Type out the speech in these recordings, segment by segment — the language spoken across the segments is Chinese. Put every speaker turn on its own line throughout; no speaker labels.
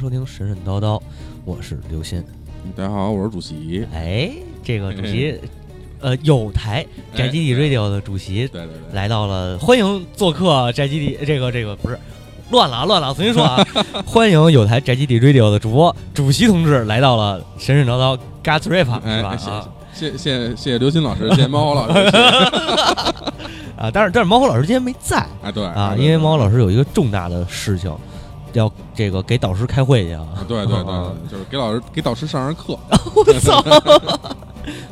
收听《神神叨叨》，我是刘鑫。
大家好，我是主席。
哎，这个主席，呃，有台宅基地
哎
Radio 的主席
对对对，
来到了，欢迎做客啊宅基地。这个这个不是乱了啊，乱了啊，重新说 啊，欢迎有台宅基地 Radio 的主播主席同志来到了《神神叨叨》Gas Rap 是吧？
哎，谢
啊
谢谢谢谢谢刘鑫老师，谢谢猫老师，谢谢
啊，但是但是毛虎老师今天没在
哎对
啊，因为毛虎老师有一个重大的事情。要这个给导师开会去啊！
对对对
啊
对，就是给老师给导师上上课，
我操！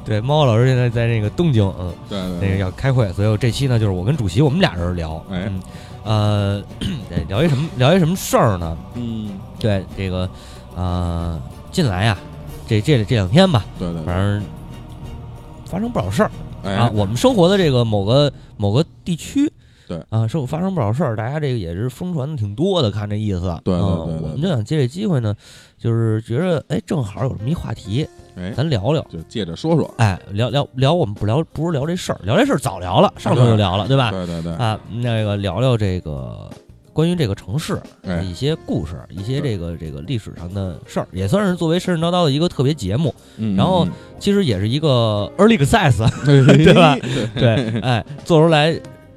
对，猫老师现在在那个东京，嗯，
对
那个
对
要开会，所以我这期呢，就是我跟主席我们俩人聊，
哎
嗯，呃， 得聊一什么聊一什么事儿呢？
嗯，
对，这个呃，近来呀、这这这两天吧，
对对，
反正发生不少事儿
嗯哎
啊。我们生活的这个某个某个地区。
对
啊，生活发生不少事儿，大家这个也是疯传的挺多的，看这意思。
对对
嗯
对对
我们
对
就想借这机会呢，就是觉着哎，正好有这么一话题，
哎，
咱聊聊。
就借着说说，
哎，聊聊聊，我们不聊，不是聊这事儿，聊这事儿早聊了，
嗯
上周就聊了，对吧？
对对对，
啊，那个聊聊这个关于这个城市的
哎，
一些故事，一些
对
这个这个历史上的事儿，也算是作为神神叨叨的一个特别节目，
嗯
然后其实也是一个 early access，
嗯嗯
对吧
对
对，哎，做出来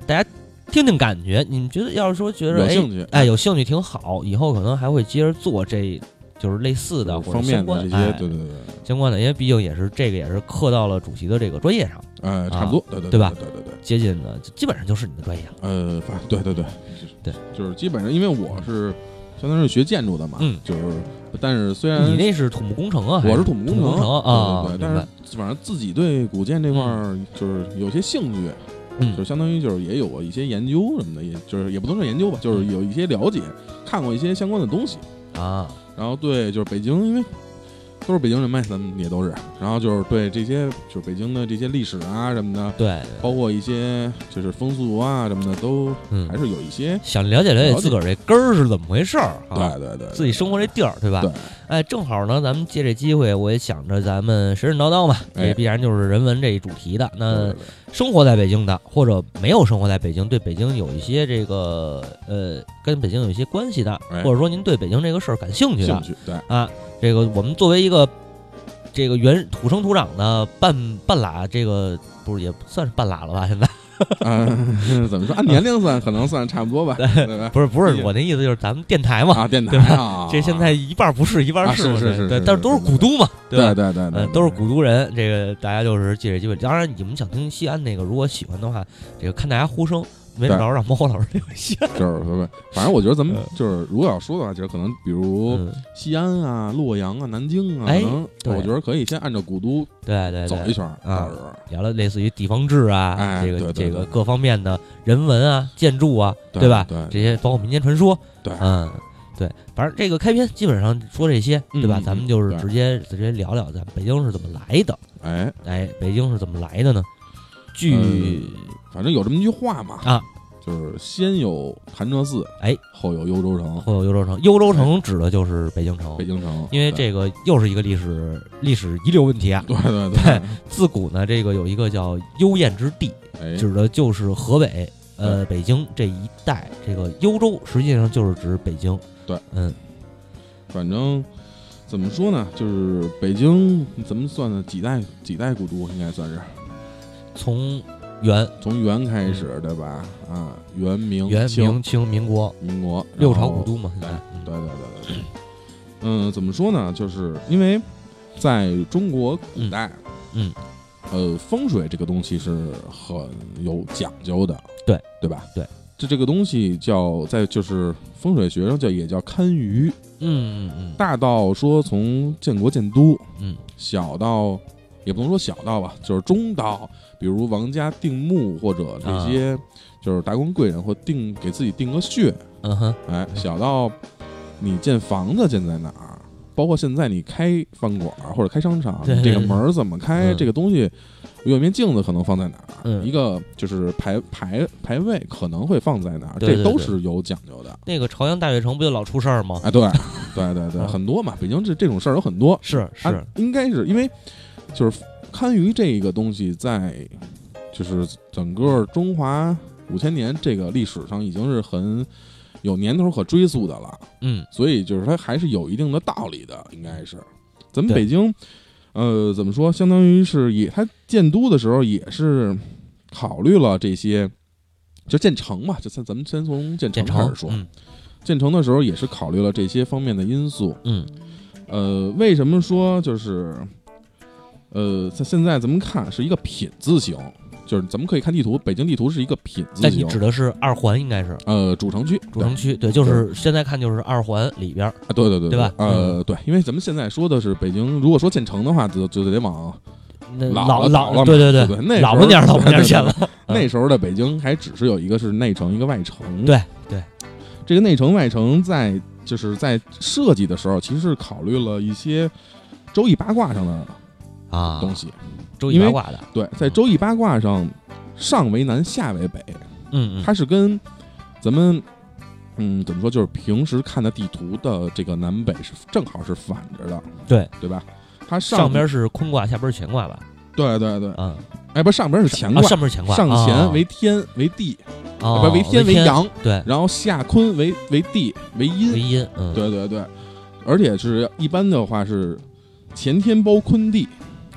大家听听感觉，你们觉得要是说觉得
有
哎
兴趣，
哎有兴趣挺好，以后可能还会接着做这就是类似的
就是
或者
方面
相
的
关
这
哎
些，对对对，
相关的，因为毕竟也是这个也是刻到了主席的这个专业上。
呃，差不多，对对
啊对吧
对对对，
接近的，基本上就是你的专业啊了。
呃，反对对对，就是
对，
就是基本上，因为我是相当于是学建筑的嘛，
嗯
就是，但是虽然
你那是土木工程啊？还
嗯我是土木
土木工程啊
对对对
明白
但是反正自己对古建这块儿就是有些兴趣，就
嗯
相当于就是也有过一些研究什么的，也就是也不能说研究吧，就是有一些了解，看过一些相关的东西。
啊，
然后对，就是北京，因为都是北京人嘛，咱们也都是。然后就是对这些，就是北京的这些历史啊什么的，
对，
包括一些就是风俗啊什么的，都
嗯
还，是有一些。
想了解了解自个儿这根儿是怎么回事儿啊，
对对对，
自己生活这地儿对吧？
对
哎，正好呢，咱们借这机会，我也想着咱们神神叨叨嘛，
哎
这必然就是人文这一主题的。
对
那
对对
生活在北京的，或者没有生活在北京，对北京有一些这个呃，跟北京有一些关系的，
哎
或者说您对北京这个事儿感兴趣的
兴，趣对，
啊，这个我们作为一个这个原土生土长的半半拉，这个不是也不算是半拉了吧？现在
嗯，怎么说？按年龄算，可能算差不多吧，对吧？
不是不
毕
是
竟
我那意思就是咱们电台嘛，
啊，电台
对吧
啊，
这现在一半不是一半
啊
是
是
我
是
觉得
是
对，
是
但是都是
是
古都嘛，
对
吧？
对对对
嗯，，都是古都人，这个大家就是借这机会。当然，你们想听西安那个，如果喜欢的话，这个看大家呼声，没准
对
着让猫老师留西安。
就是什么，反正我觉得咱们
嗯
就是如果要说的话，就是可能比如
嗯
西安啊、洛阳啊、南京啊，
哎
可能
对啊
我觉得可以先按照古都
对对
走
对，
一圈儿，到时候
聊聊类似于地方志啊，
哎
这个
对对
这
对
个各方面的人文啊、建筑啊，
对
吧？
对
这些包括民间传说，
对
嗯，对，反正这个开篇基本上说这些，
嗯
对吧？
嗯
咱们就是
对
直接直接聊聊咱们北京是怎么来的，
哎，嗯
哎，北京是怎么来的呢？据
反正有这么一句话嘛
啊，
就是先有潭柘寺，
哎，
后有幽州城，
后有幽州城，幽州城指的就是北京城
呃北，京城，
因为
对
这个又是一个历史历史遗留问题啊。
对对
对， 自古呢，这个有一个叫幽燕之地，
哎，
指的就是河北。呃，北京这一带，这个幽州实际上就是指北京。
对，
嗯，
反正怎么说呢，就是北京咱们算的几代几代古都，应该算是
从元、
从元开始，对吧？啊，元明
嗯元、
清
明、清、民国，
民国
六朝古。
然后
都嘛，现在
哎，对对对对对，嗯，怎么说呢？就是因为在中国古代，
嗯
呃，风水这个东西是很有讲究的，
对
对吧？
对，
这这个东西叫在就是风水学上叫也叫堪舆，
嗯嗯
大到说从建国建都，
嗯
小到也不能说小到吧，就是中到，比如王家定墓或者这
啊
些，就是达官贵人或定给自己定个穴，
嗯嗯哼，
哎，小到你建房子建在哪儿，包括现在你开饭馆儿或者开商场，
对
你这个门儿怎么开，
嗯
这个东西有一面镜子可能放在哪儿，
嗯
一个就是排排排位可能会放在哪儿，
对对
这都
对
是有讲究的。
那个朝阳大悦城不就老出事儿吗？
哎，对，对对对，
嗯
很多嘛，北京这这种事儿有很多，
是
啊，应该是因为就是堪舆这个东西在就是整个中华五千年这个历史上已经是很有年头可追溯的了，
嗯，
所以就是它还是有一定的道理的，应该是。咱们
对
北京，呃，怎么说，相当于是也，它建都的时候也是考虑了这些，就建成嘛，就咱咱们先从建成
建
开
成
始说，
嗯
建成的时候也是考虑了这些方面的因素。
嗯
呃，为什么说就是，呃，在现在咱们看是一个品字形，就是咱们可以看地图，北京地图是一个品字
但你
形，
指的是二环，应该是
呃，主城区，
主
对
城区，对，就是现在看就是二环里边儿，
啊，对对对
对吧
呃，对，因为咱们现在说的是北京，如果说建成的话，就就得往
那
老
老
了老了
对对
对对那时候
老么点儿老么点儿
对对对
去了，嗯
那时候的北京，还只是有一个是内城，一个外城。
对对，
这个内城外城在就是在设计的时候，其实是考虑了一些周易八卦上的
啊，
东西。
周
因
易八
为
卦的，
对，在周易八卦上，上为南，下为北，
嗯嗯，
它是跟咱们。嗯，怎么说？就是平时看的地图的这个南北是正好是反着的，
对
对吧？它上
上边是坤卦，下边是乾卦吧？
对对对，
嗯，
哎，不是上边是乾
啊，
卦，
上边是乾卦，
上
啊
乾为天为地，
啊
不是为天为，阳，
对，
然后下坤为为地
为
为阴，
阴，嗯，
对对对，而且是一般的话是前天包坤地，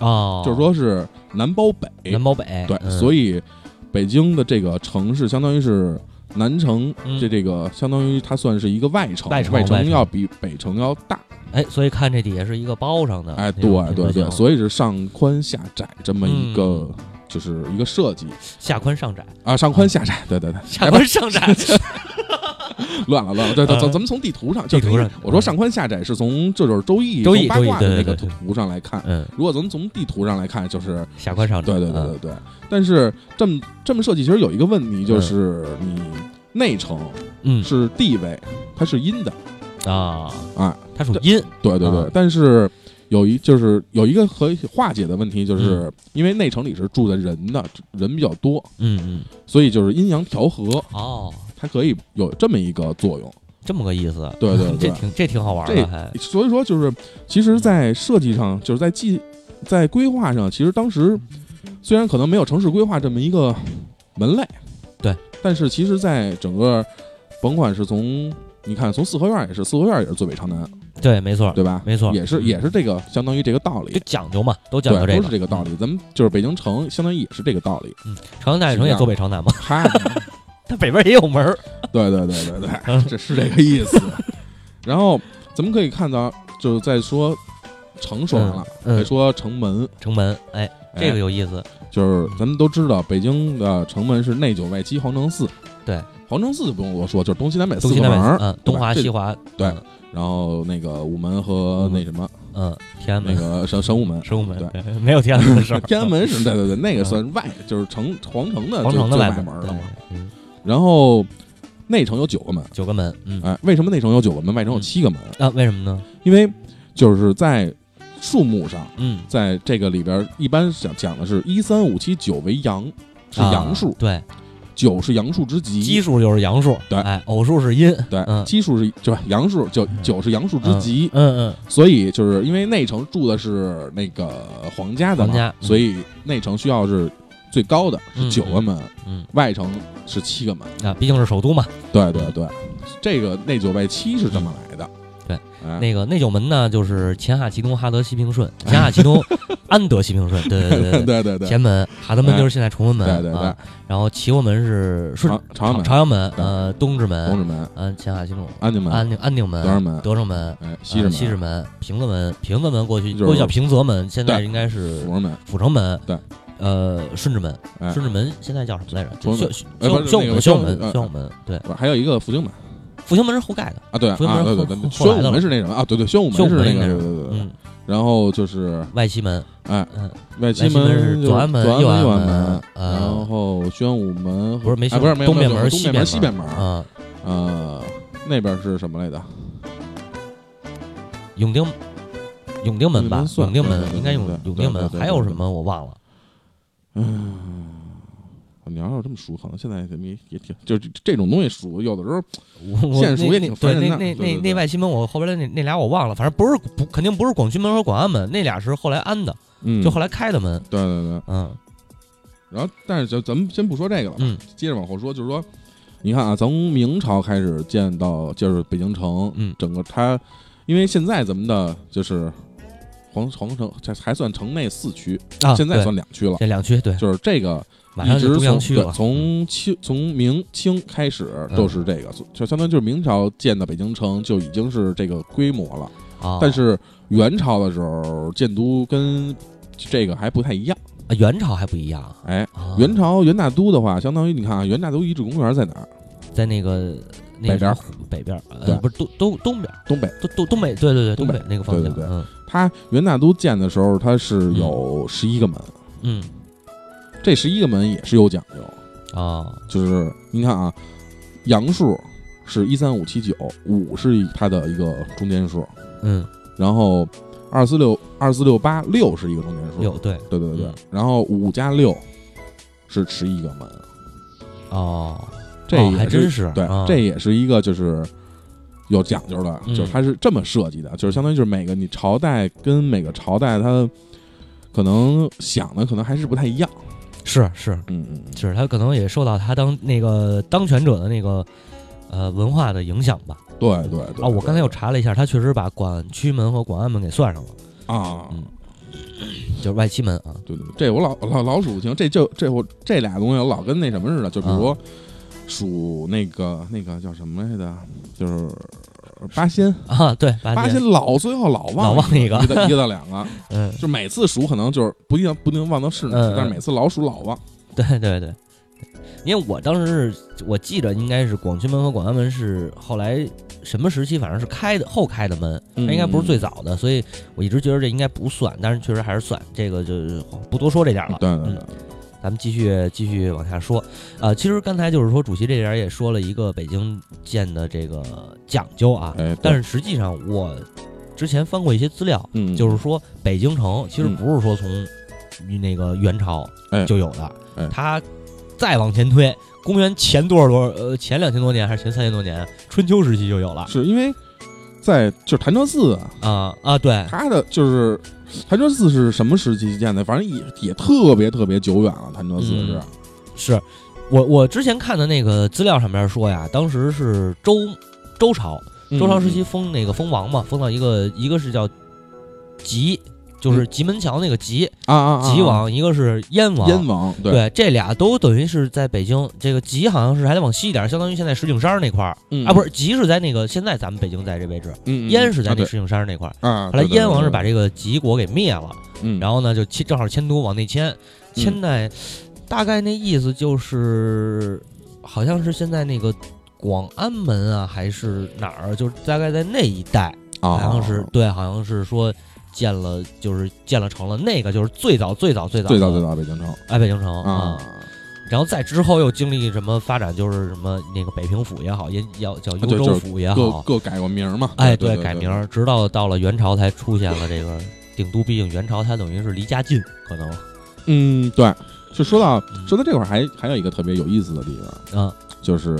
哦，
就是说是南包北，
南包北，嗯
对，所
以
以北京的这个城市相当于是南城，
嗯
这这个相当于它算是一个外城，
外
外
城外城
要比北城要大，
哎，所以看这底下是一个包上的，
哎，
啊那
对
种
对
平
对，
行
所以是上宽下窄这么一个
哦嗯
就是一个设计
下宽上窄，
啊，上宽下窄，对对对，哎
下宽上窄，
乱了乱了，对，咱咱
嗯
咱们从地图上，就
地
是
图上嗯
我说上宽下窄是从这就是周易
周易
从八卦
周易对
的那
对
个
对
图上来看，
嗯，
如果咱们从地图上来看，就是
下宽上窄，
对对对
嗯
对对。但是这么这么设计，其实有一个问题，就是你内城
嗯
是地位，它是阴的，
啊，
啊，
它属阴，
对对对
啊。
但是有一就是有一个可以化解的问题，就是因为内城里是住的人的人比较多，
嗯嗯，
所以就是阴阳调和，
哦，
它可以有这么一个作用。
这么个意思，
对对对
这挺这挺好玩
这
的，还
所以说就是，其实，在设计上，就是在计在规划上，其实当时虽然可能没有城市规划这么一个门类，
对，
但是其实，在整个甭管是从你看，从四合院也是，四合院也是最北朝南，
对，没错，
对吧？
没错嗯
也是也是这个相当于这个道
就
理，
讲究嘛，都讲究
对，
这
都
个，
是
嗯
这个道理。咱们就是北京城，相当于也是这个道理。
朝阳大悦城也坐北朝南嘛，
嗨，
它北边也有门儿，
对对对对 对，这是这个意思。然后咱们可以看到，就是在说城说完了，
嗯嗯
再说城门。
城门，哎，这个
哎
有意思，
就是咱们都知道，北京的城门是内九外七皇城寺。
对，
皇城寺就不用多说，就是东西南北四
东西
个门
南北，
儿。
嗯，东华
这
西华，
对
嗯
然后那个午门和那什么，
嗯，天安
那
门、
个神神武 门。
神武门
对，，
对没有天安门的事儿
天安 门是对对对，那个
嗯
算外，就是城皇城的
皇
就
城的
就
外
外
门
门儿了嘛。
对嗯
然后内城有九个门，
九个门，嗯
哎，为什么内城有九个门，外城有七个门？
啊，为什么呢？
因为就是在数目上，
嗯，
在这个里边儿一般讲讲的是一三五七九为阳，是
啊
阳数，
对，
九是阳数之
奇数就是阳数，
对
哎，偶数是阴，
对，
嗯
奇数是对吧？阳数就
嗯
九是阳数之
嗯
极，
嗯嗯，
所以就是因为内城住的是那个皇家的嘛，
皇家嗯
所以内城需要是最高的是
嗯
九个门，
嗯
外城是七个门。
啊，毕竟是首都嘛。
对对对，这个内九外七是这么来的。
嗯对，
哎、
那个内九门呢，就是前哈齐东、哈德、西平顺，前哈齐东、安德、西平顺，对对对对。
对对对，
前门哈德门
哎
就是现在崇文门，
对对对
啊，然后齐国门是顺
朝朝阳门、
朝阳门，
对
呃，东直
东
门，
直门、
嗯，前哈齐东，
安定门、
安定安定
德
门，
胜门、
德胜门，
哎西
呃
直门、
西直门，平泽门，平泽门过去
就是
过去叫平泽门，现在
对
应该是
阜成门，
阜成门，
对，
呃，顺治门，
哎
顺治门现在叫什么来着？
崇文门
宣宣
哎不是
宣
那
武门，宣
个
武
宣武
门，
呃
宣武门，对，
不是还有一个复兴门
复兴门是后盖的，
啊，对啊，
复兴门
对
后
对对，
后来
宣武
的
门
了
是那什么啊？对对，宣武门
宣武
是
门
那
应
个，
该是
对对对对。
嗯，
然后就是
外西门，
哎，
嗯，
外七
西门
门
是
就
左安门
左
右安
安右
门
门，
呃
然后宣武门和
不是没
哎不是没有
东
没
边
有
门
没有
儿
东
西
边门
边
西
门
边门儿，
嗯，
呃，那边是什么来着？
永定，永定门吧
永
永
定门，算
定
对对
门
对
应该永
对对
永定
对
门
对，对
还有什么我忘了，
你要是这么数，可能现在也没也挺，就是这这种东西数，有的时候
我我
现熟也挺
那
烦人
那对
的
那那
对对
那
对
那外西门我后边的那那俩我忘了，反正不是不肯定不是广渠门和广安门，那俩是后来安的，
嗯，
就后来开的门，
对对对。
嗯
然后，但是咱咱们先不说这个了，
嗯
接着往后说，就是说，你看啊，从明朝开始建到就是北京城，
嗯
整个它，因为现在咱们的就是皇皇城，这还算城内四区，
啊，
现在
对
算两区了。
这两区对，
就是这个
马
一
上就
直
中央
从
区
对
了，
从清从明清开始
嗯
都是这个，就相当于就是明朝建的北京城就已经是这个规模了。
啊，
但是元朝的时候，建都跟这个还不太一样。
啊元朝还不一样啊，
哎，
啊
元朝元大都的话，相当于你看啊，元大都遗址公园在哪儿？
啊在那个那
北边
个
儿
什么北边儿，呃，
对
不是东东东边儿，
东北。
东东东北，对对对，
东
东
北
北那个方向，
对对对
嗯
它元大都建的时候，它是有十一个门，
嗯
这十一个门也是有讲究。
啊
就是你看啊，阳数是一三五七九，五是它的一个中间数，
嗯
然后二四六二四六八六是一个中间数，
有对
对对对对
嗯，
然后五加六是十一个门，
哦，
这
哦
也
还真是
对，
啊
这也是一个就是有讲究的，
嗯
就是它是这么设计的，就是相当于就是每个你朝代跟每个朝代它可能想的可能还是不太一样，
是是
嗯嗯
是，他可能也受到他当那个当权者的那个呃文化的影响吧。
嗯，对对对
啊，我刚才又
有
查了一下，他确实把管区门和广安门给算上了，
啊。
嗯就是外七门啊。
对对，对这我老老老数不清，这就这我这俩东西我老跟那什么似的，就比如
啊
说数那个那个叫什么来着，就是八仙，
啊，对，八
八
仙
仙老最后老
老
忘
忘一个
一，到一个到两个，
嗯，
就每次数可能就是不一定不一定忘到是哪
嗯嗯
儿，但是每次老数老忘。
对对对，因为我当时是我记着应该是广渠门和广安门是后来什么时期，反正是开的后开的门，它
嗯
应该不是最早的，所以我一直觉得这应该不算，但是确实还是算，这个就是不多说这点儿了。
啊对对对，
咱们继续继续往下说，呃，其实刚才就是说主席这点儿也说了一个北京建的这个讲究啊，
哎，对
但是实际上我之前翻过一些资料，
嗯，
就是说北京城其实
嗯
不是说从那个元朝
哎
就有的，
哎
它再往前推，公元前多少多少呃前两千多年还是前三千多年，春秋时期就有了
是因为在就是潭柘寺啊，
啊啊对
它的就是潭柘寺是什么时期建的？反正也也特别特别久远了，潭柘寺是
嗯是。我我之前看的那个资料上面说呀，当时是周周朝，
嗯
周朝时期封那个封王嘛，封到一个一个是叫吉，就是吉门桥那个吉
啊啊嗯啊，啊
吉王，一个是燕王。
燕王对
对，这俩都等于是在北京。这个吉好像是还得往西一点，相当于现在石景山那块儿、
嗯
啊，不是吉是在那个现在咱们北京在这位置，
嗯嗯
燕是在
啊
那
对
石景山那块儿。
啊，
后来
对对
燕王
对
是把这个吉国给灭了，
嗯，
然后呢就迁正好迁都往内迁，迁在、大概那意思就是好像是现在那个广安门啊还是哪儿，就是大概在那一带。
好
好像是对，好像是说建了，就是建了城了。那个就是最早最早最早
最早
的
最早北京城
哎，北京城
啊，
然后再之后又经历什么发展，就是什么那个北平府也好，也要叫
啊对
幽
就
州
是
府也
各
好，
各改过名儿嘛，
哎，
对
改名，儿，直到到了元朝才出现了这个定都。毕竟元朝它等于是离家近，可能
嗯，对，就说到
嗯
说到这块儿还还有一个特别有意思的地方，
嗯
就是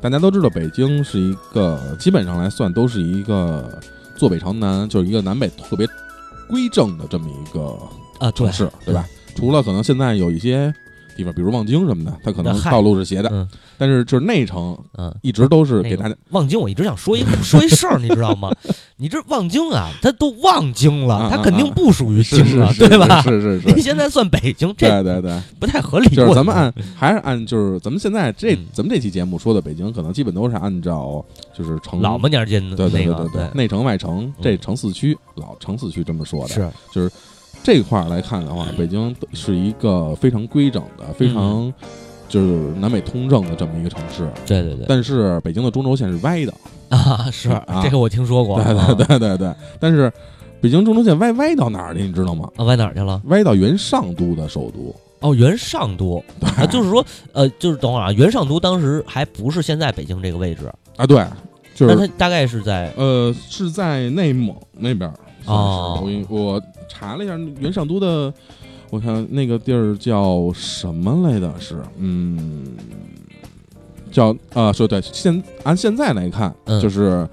大家都知道，北京是一个基本上来算都是一个坐北朝南，就是一个南北特别规正的这么一个
啊，对
城，市，对吧？除了可能现在有一些地方，比如望京什么的，它可能
那嗨
道路是斜的，
嗯
但是就是内城
嗯。
一直都是
那
给
个
大家
望京，我一直想说一 说一事儿，你知道吗？你这望京啊，它都望京了，
嗯
它
嗯
肯定
嗯
不属于
是
京
是
了，
是
对吧？
是是是
你
是，
现在算北京，这
对对对。
不太合理。
就是
我
咱们
觉得
按还是按就是咱们现在这
嗯
咱们这期节目说的北京，可能基本都是按照就是城
老么年儿进的
对对
那
对
个
对对，内城外城这
嗯
城四区老城四区这么说的。
是
这块儿来看的话，北京是一个非常规整的、非
嗯
常就是南北通政的这么一个城市。
对对对
但是北京的中轴线是歪的，
啊，是
啊
这个我听说过。
对
啊
对对对对。但是北京中轴线歪歪到哪儿去，你知道吗？
啊，歪哪儿去了？
歪到原上都的首都。
哦，元上都
哎
啊，就是说，呃，就是等会儿啊，元上都当时还不是现在北京这个位置，
啊，对，就
那
是
它大概是在
呃是在内蒙那边儿。算
哦
是我给我查了一下原上都的，我看那个地儿叫什么来的？是嗯，叫啊，说对，现按现在来看，
嗯
就是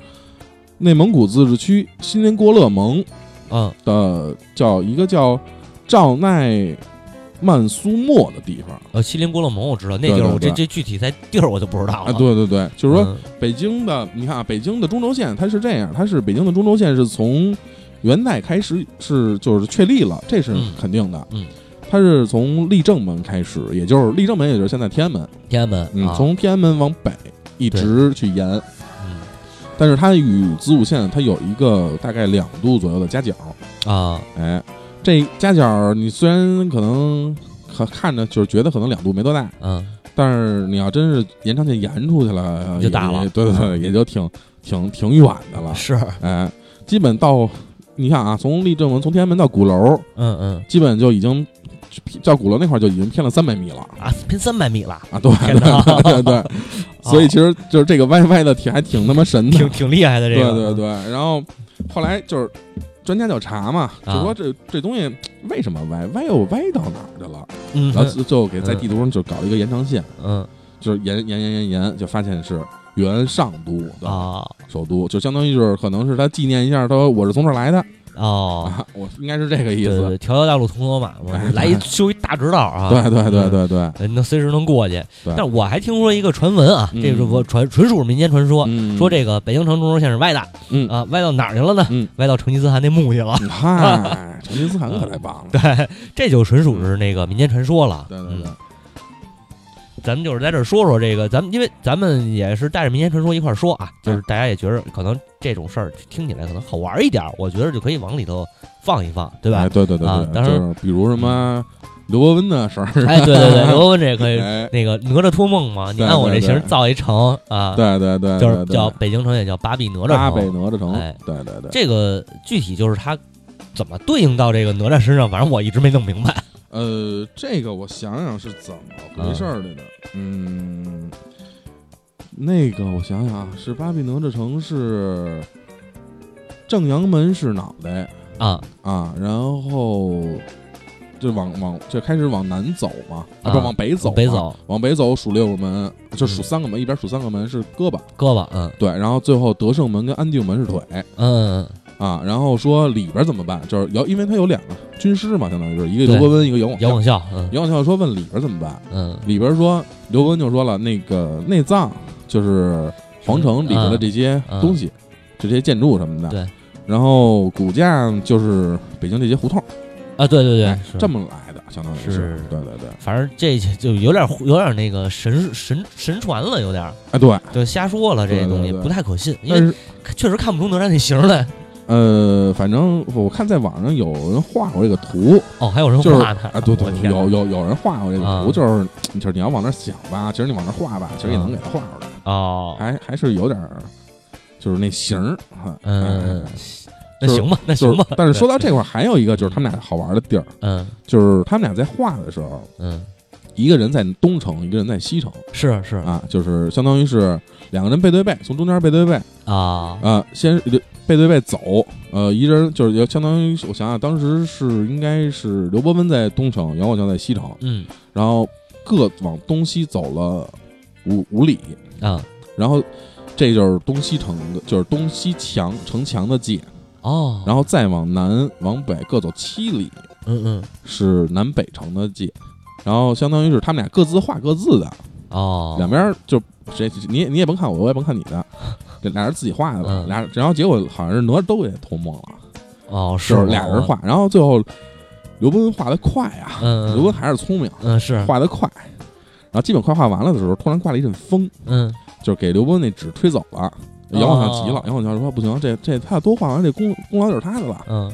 内蒙古自治区锡林郭勒盟
嗯
的叫一个叫赵奈曼苏莫的地方。
呃，锡林郭勒盟我知道，那地儿我这
对对对
这具体在地儿我就不知道了。
啊，对对对，就是说
嗯，
北京的，你看啊，北京的中轴线它是这样，它是北京的中轴线是从元代开始是就是确立了，这是
嗯
肯定的，
嗯
它是从立正门开始，也就是立正门，也就是现在天安门，
天安门，
嗯，
啊
从天安门往北一直去沿，
嗯
但是它与子午线它有一个大概两度左右的夹角，
啊，
哎，这夹角你虽然可能可看着就是觉得可能两度没多大，
嗯，
但是你要真是延长线延出去了，
就大了嗯
也对对对，也就挺挺挺远的了。
是，
哎，基本到你看啊，从立正门从天安门到鼓楼，
嗯嗯，
基本就已经到鼓楼那块儿就已经偏了三百米了。
啊，偏三百米了，
啊，对
天
对
哪
对对对，所以其实就是这个 WiFi 的挺还挺他妈神的，
挺挺厉害的这
对
个，
对对。然后后来就是专家调查嘛，就
啊
说这这东西为什么歪歪又歪到哪儿去了？
嗯
然后
嗯
就就给在地图上就搞了一个延长线，
嗯
就是延延延延延，就发现是元上都的
啊
首都，就相当于就是可能是他纪念一下，他说我是从这儿来的
哦，
啊，我应该是这个
对
意
对
思。
对，条条大路通罗马 嘛
哎，
来一修一大直道啊，
对对对对对，
对，能随时能过去。
对
但我还听说一个传闻啊，
嗯
这是我传纯属是民间传说，
嗯
说这个北京城中轴线是歪的，
嗯
啊，歪到哪儿去了呢？
嗯
歪到成吉思汗那墓去了。
你看成吉思汗可太棒了，
对，这就纯属是那个民间传说了。
对对对
嗯，咱们就是在这儿说说这个，咱们因为咱们也是带着民间传说一块儿说
嗯
啊，就是大家也觉得可能这种事儿听起来可能好玩一点儿，我觉得就可以往里头放一放，对
哎
吧？
对对对
啊
对，
当
就
时
是比如什么刘伯温的事儿，
哎，对对 对，刘伯温这也可以。
哎，
那个哪吒托梦嘛，你
对
按我这
对
形
对
儿造一城啊，
对对对，
就是
对对
叫北京城也叫八臂哪
八
吒
北
城。
哪吒城
哎，
对对对，
这个具体就是它怎么对应到这个哪吒身上，反正我一直没弄明白。
呃，这个我想想是怎么回事儿的呢？嗯，那个我想想啊，是八臂哪吒城是正阳门是脑袋
啊
啊，然后就往往就开始往南走嘛，啊不
啊
往北走，
北，走
往北走数六个门，就数
嗯
三个门，一边数三个门是胳膊，
胳膊，嗯
对，然后最后德胜门跟安定门是腿。
嗯
啊，然后说里边怎么办？就是姚，因为他有两个军师嘛，相当于是一个
对
刘伯温，一个姚
嗯，
广
姚
孝。
广孝，嗯
杨小笑说问里边怎么办，
嗯
里边说刘伯温就说了，那个内脏就是皇城里边的这些东西，就这些建筑什么的。
嗯对。
然后骨架就是北京这些胡同，
啊，对对对
哎，
是
这么来的，相当于
是
对对对，
反正这就有点有点那个神神神传了，有点
哎对，
就瞎说了，这
对对
东西
对
不太可信，因
但
为
是
确实看不出哪吒那形儿来。
呃，反正我看在网上有人画过这个图，
哦，还有人
就是
画呢
啊，对 对
我，
对
天哪
有有有人画过这个
啊
图，就是就是你要往那儿想吧，其实你往那儿画吧，其实
嗯
也能给它画出来，
哦，
还还是有点儿就是那形儿，啊
嗯
哎，
那
就是
行吧，那
就
行
是
吧。，
但是说到这块儿，还有一个就是他们俩好玩的地儿，
嗯
就是他们俩在画的时候，
嗯，
一个人在东城，一个人在西城
是是
啊，就是相当于是两个人背对背，从中间背对背
啊
啊，先是背对背走，呃，一人就是要相当于我想想，啊当时是应该是刘伯温在东城，杨广强在西城，
嗯
然后各往东西走了五五里，
啊
然后这就是东西城的，就是东西墙城墙的界，
哦，
然后再往南往北各走七里。
嗯嗯
是南北城的界，然后相当于是他们俩各自画各自的，
哦，
两边儿就谁你也你也甭看我，我也甭看 你的，这俩人自己画的吧
嗯，
俩人然后结果好像是哪吒都给托梦了，
哦
就是是俩人，画，然后最后刘伯温画的快啊，
嗯
刘伯温还是聪明，
嗯是，
画的快，然后基本快画完了的时候，突然刮了一阵风，
嗯
就是给刘伯温那纸吹走了。杨广强急
哦
了，杨广强说：“不行，这这他多画完，这功功劳就是他的了。
嗯”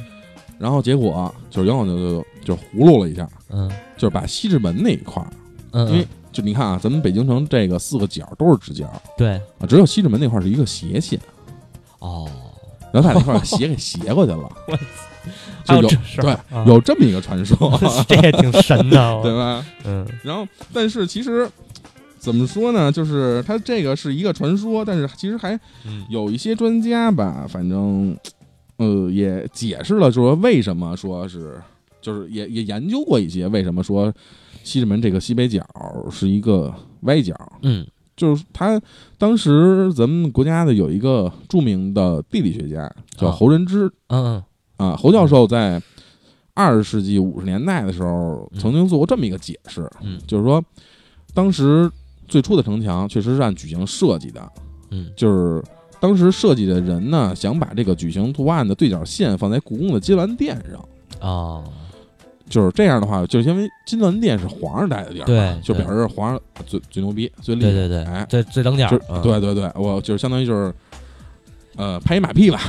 然后结果就是杨广强就就葫芦了一下，
嗯
就是把西直门那一块儿
嗯，
因为就你看啊，咱们北京城这个四个角都是直角
对
啊，只有西直门那块儿是一个斜线，
哦，
然后把那块儿斜给斜过去了
我。还有
就有
这事
对
儿，啊
有这么一个 传说，
这也挺神 的
对
哦，
吧？
嗯
然后，但是其实怎么说呢？就是它这个是一个传说，但是其实还
嗯
有一些专家吧，反正呃也解释了，说为什么说是，就是也也研究过一些为什么说西直门这个西北角是一个歪角，
嗯
就是他当时咱们国家的有一个著名的地理学家叫
啊
侯仁之
嗯
啊，侯教授在二十世纪五十年代的时候，
嗯
曾经做过这么一个解释，
嗯
就是说，当时最初的城墙确实是按矩形设计的，
嗯
就是当时设计的人呢，想把这个矩形图案的对角线放在故宫的金銮殿上，
哦，
就是这样的话，就是因为金銮殿是皇上待的地儿嘛，
对
就
对
表示皇上最最牛逼、最厉害，
对对对
哎，，
最最冷点
就
儿
是，
嗯，
对对对，我就是相当于就是，呃，拍一 马屁吧，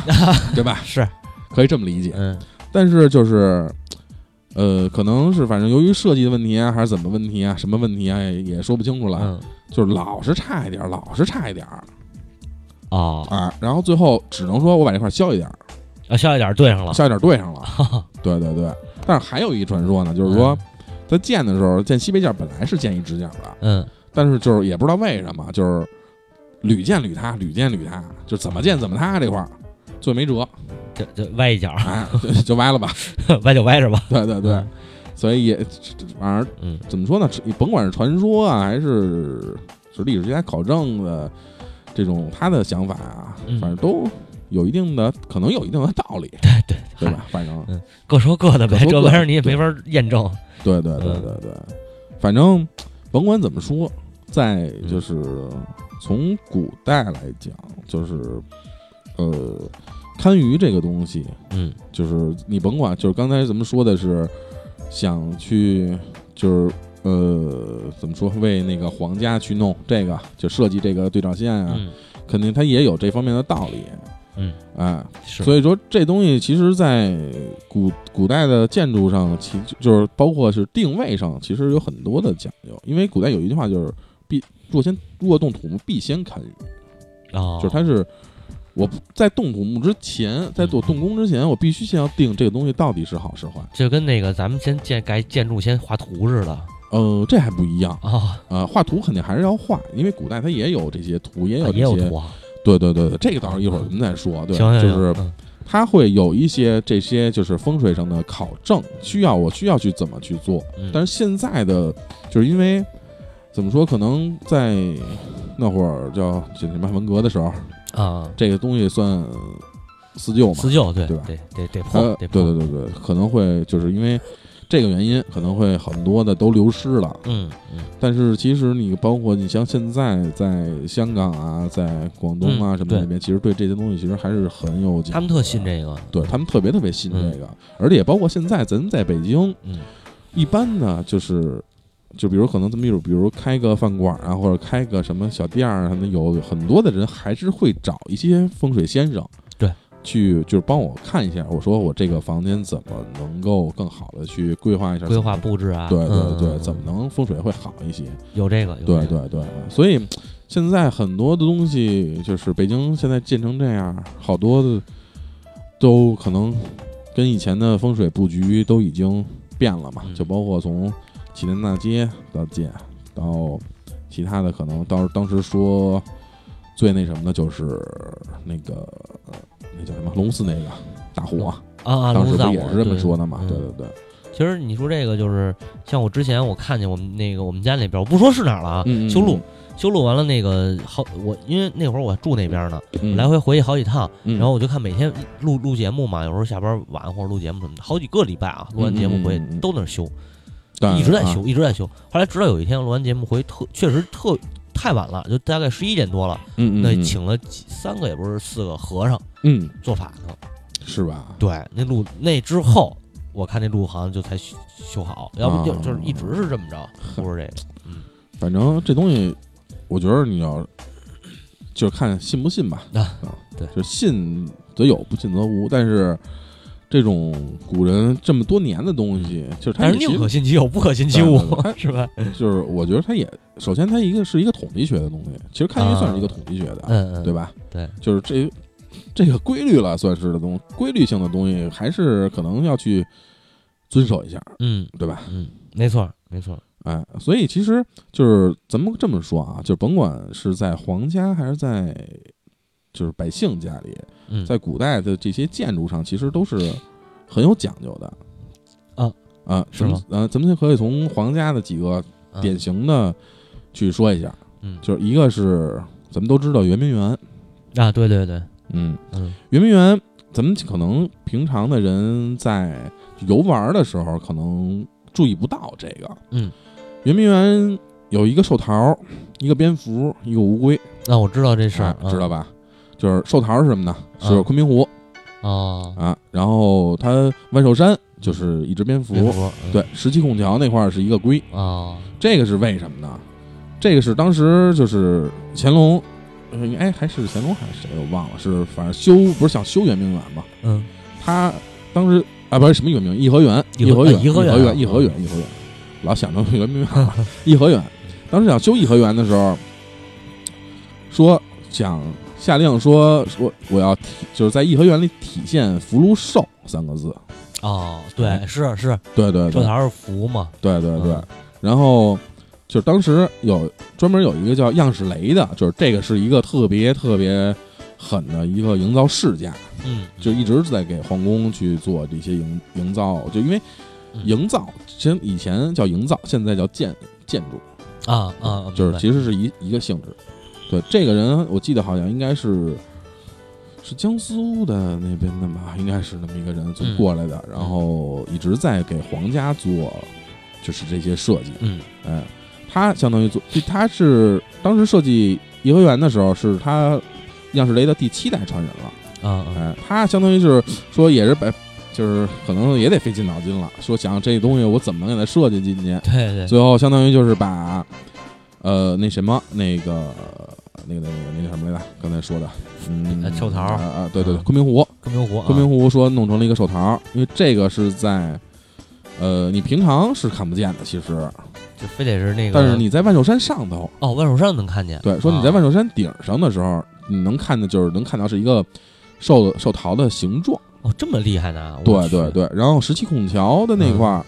对吧？
是，
可以这么理解。
嗯
但是就是，呃，可能是反正由于设计的问题啊，还是怎么问题啊，什么问题啊，也也说不清楚了，
嗯
就是老是差一点儿，老是差一点儿
哦，
啊。然后最后只能说我把这块儿削一点儿，
啊，消一点儿对上了，
削一点儿对 上了。对对对，但是还有一传说呢，就是说
哎
在建的时候，建西北角本来是建一直角的，
嗯，
但是就是也不知道为什么，就是屡建屡塌，屡建屡塌，就怎么建怎么塌这块儿，最没辙，
嗯，就就歪一角儿，
哎，就就歪了吧。
歪就歪是吧？
对对对，所以也反正
嗯，
怎么说呢，只甭管是传说啊，还是是历史学家考证的这种他的想法啊，
嗯
反正都有一定的，可能有一定的道理，
对对
对？吧？反正
各说各的呗，
各说各
这
的
玩意儿你也没法验证。
对对对对对，反正甭管怎么说，在就是从古代来讲，就是呃，堪舆这个东西，
嗯
就是呃你甭管，就是刚才咱们说的是想去，就是呃，怎么说为那个皇家去弄这个，就设计这个对照线啊，
嗯
肯定它也有这方面的道理。
嗯，
哎，
是，
所以说这东西其实，在古古代的建筑上，其就是包括是定位上，其实有很多的讲究。因为古代有一句话就是“必若先若动土木，必先堪舆”，
哦，
就是它是我不在动土木之前，在做动工之前，我必须先要定这个东西到底是好是坏。
就跟那个咱们先建盖建筑先画图似的
呃，这还不一样
啊，
啊、呃画图肯定还是要画，因为古代它也有这些图，也有
也有
这些。
图啊。
对对对对，这个到时候一会儿咱们再说。对，
行行
就
行，
是
嗯
它会有一些这些就是风水上的考证，需要我需要去怎么去做。
嗯
但是现在的就是因为怎么说，可能在那会儿叫这什么文革的时候，
啊，
这个东西算四旧嘛，
自救对
对吧
得得得
呃
破，，得
对
破
对，对对，可能会就是因为这个原因，可能会很多的都流失了。
嗯嗯
但是其实你包括你像现在在香港啊，在广东啊
嗯
什么的
对
那边，其实对这些东西其实还是很有讲
他们特信这个，
对他们特别特别信这个，而且也包括现在咱们在北京，
嗯
一般呢就是，就比如可能咱们有，比如开个饭馆啊，或者开个什么小店儿啊什么的，有很多的人还是会找一些风水先生，
对，
去就是帮我看一下，我说我这个房间怎么能够更好的去规划一下
规划。布置啊，
对对
嗯
对，
嗯嗯
怎么能风水会好一些？
有这个？有
对
这个
对对，啊所以现在很多的东西，就是北京现在建成这样，好多的都可能跟以前的风水布局都已经变了嘛，
嗯
就包括从祁连大街到建到其他的，可能到当时说最那什么的就是那个那叫什么龙寺那个大火，
啊啊，
当
龙
时不
藏
也是这么说的嘛？
对
对
嗯
对对，
其实你说这个就是像我之前我看见我们那个我们家那边，我不说是哪儿了啊，
嗯
修路修路完了那个好我因为那会儿我住那边呢，
嗯，
来回回去好几趟，
嗯，
然后我就看每天录录节目嘛，有时候下班晚或者录节目什么的，好几个礼拜啊，录完节目回
嗯嗯嗯嗯
去
嗯
都那儿修，
对
一直在
啊
修，一直在修。后来直到有一天录完节目回去特确实特太晚了，就大概十一点多了，
嗯嗯
那
嗯
请了几三个也不是四个和尚
嗯
做法呢。
是吧？
对，那路那之后，我看那路好像就才修修好，要不就
啊
就是一直是这么 着，不是这个。
反正这东西，我觉得你要就是看信不信吧。
啊对
就是信则有，不信则无。但是这种古人这么多年的东西，就是
嗯
它
但
也
是宁可
其
信其有，不可信其无
对对对，
是吧？
实就是 我觉得它也首先它一个是一个统计学的东西，其实看
啊
运算是一个统计学的，
嗯嗯，
对？吧？
对，
就是这这个规律了，算是的东规律性的东西，还是可能要去遵守一下，
嗯
对吧？
嗯，没错儿没错儿。
哎，所以其实就是咱们这么说啊，就甭管是在皇家还是在就是百姓家里，
嗯，
在古代的这些建筑上，其实都是很有讲究的。
啊
啊，
是吗
咱们呃，咱们可以从皇家的几个
嗯
典型的去说一下，
嗯
就是一个是咱们都知道圆明园，
啊，对对对，
嗯，
嗯
圆明园，咱们可能平常的人在游玩的时候可能注意不到这个。
嗯，
圆明园有一个寿桃，一个蝙蝠，一个乌龟，
那我知道这事儿嗯
啊，知道吧？就是寿桃是什么呢？是昆明湖
哦，
啊，然后它万寿山就是一只蝙蝠，
蝙蝠
对，十七孔桥那块儿是一个龟，
啊，
这个是为什么呢？这个是当时就是乾隆，呃哎，还是乾隆还是谁我忘了，是反正修不是想修圆明园嘛，
嗯
他当时啊不是什么圆明园颐和园，
颐和
和园，
啊颐
颐
和园
园，
啊
颐和园，颐和园，老想着圆明园了，颐和园。当时想修颐和园的时候，说想下令说说我要体就是在颐和园里体现“福禄寿”三个字，
哦，对，是是，
对嗯对
寿
对
桃是福嘛，
对对对
嗯。
然后就是当时有专门有一个叫样式雷的，就是这个是一个特别特别狠的一个营造世家，
嗯，
就一直在给皇宫去做这些营营造，就因为
嗯
营造，其实以前叫营造，现在叫建建筑，
啊啊，
就是
明白
其实是一一个性质。对，这个人我记得好像应该是是江苏的那边的吧，应该是那么一个人就
嗯
过来的，然后一直在给皇家做就是这些设计，
嗯
哎，他相当于做，就他是当时设计颐和园的时候是他样式雷的第七代传人了。
啊啊，
哎，他相当于是说也是把，就是可能也得费尽脑筋了，说想这东西我怎么给它设计进去，
对对，
最后相当于就是把，呃，那什么那个那个那个那个什么来着？刚才说的，
呃
嗯，
寿桃
啊啊，对对对，
嗯
昆明湖，
昆明湖，啊
昆明湖说弄成了一个寿桃，因为这个是在。呃，你平常是看不见的，其实，
啊就非得是那个，
但是你在万寿山上头，
哦，万寿山能看见，
对，说你在万寿山顶上的时候，你能看的就是能看到是一个寿寿桃的形状。
啊哦这么厉害呢，我
对
去
对，对，然后十七孔桥的那块儿，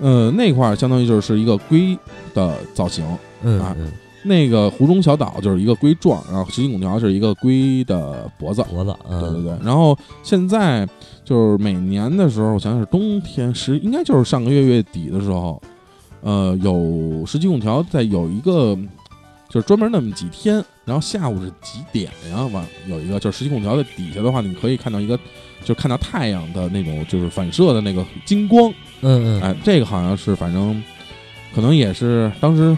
呃，那块儿相当于就是一个龟的造型，
嗯
啊
嗯，
那个湖中小岛就是一个龟状，然后十七孔桥是一个龟的脖子。
脖子，嗯
啊对对对，然后现在就是每年的时候，我想想是冬天十，应该就是上个月月底的时候，呃，有十七孔桥在有一个，就是专门那么几天，然后下午是几点呀？晚有一个就是十七孔桥的底下的话，你可以看到一个，就看到太阳的那种就是反射的那个金光，
嗯嗯，
哎，这个好像是反正可能也是当时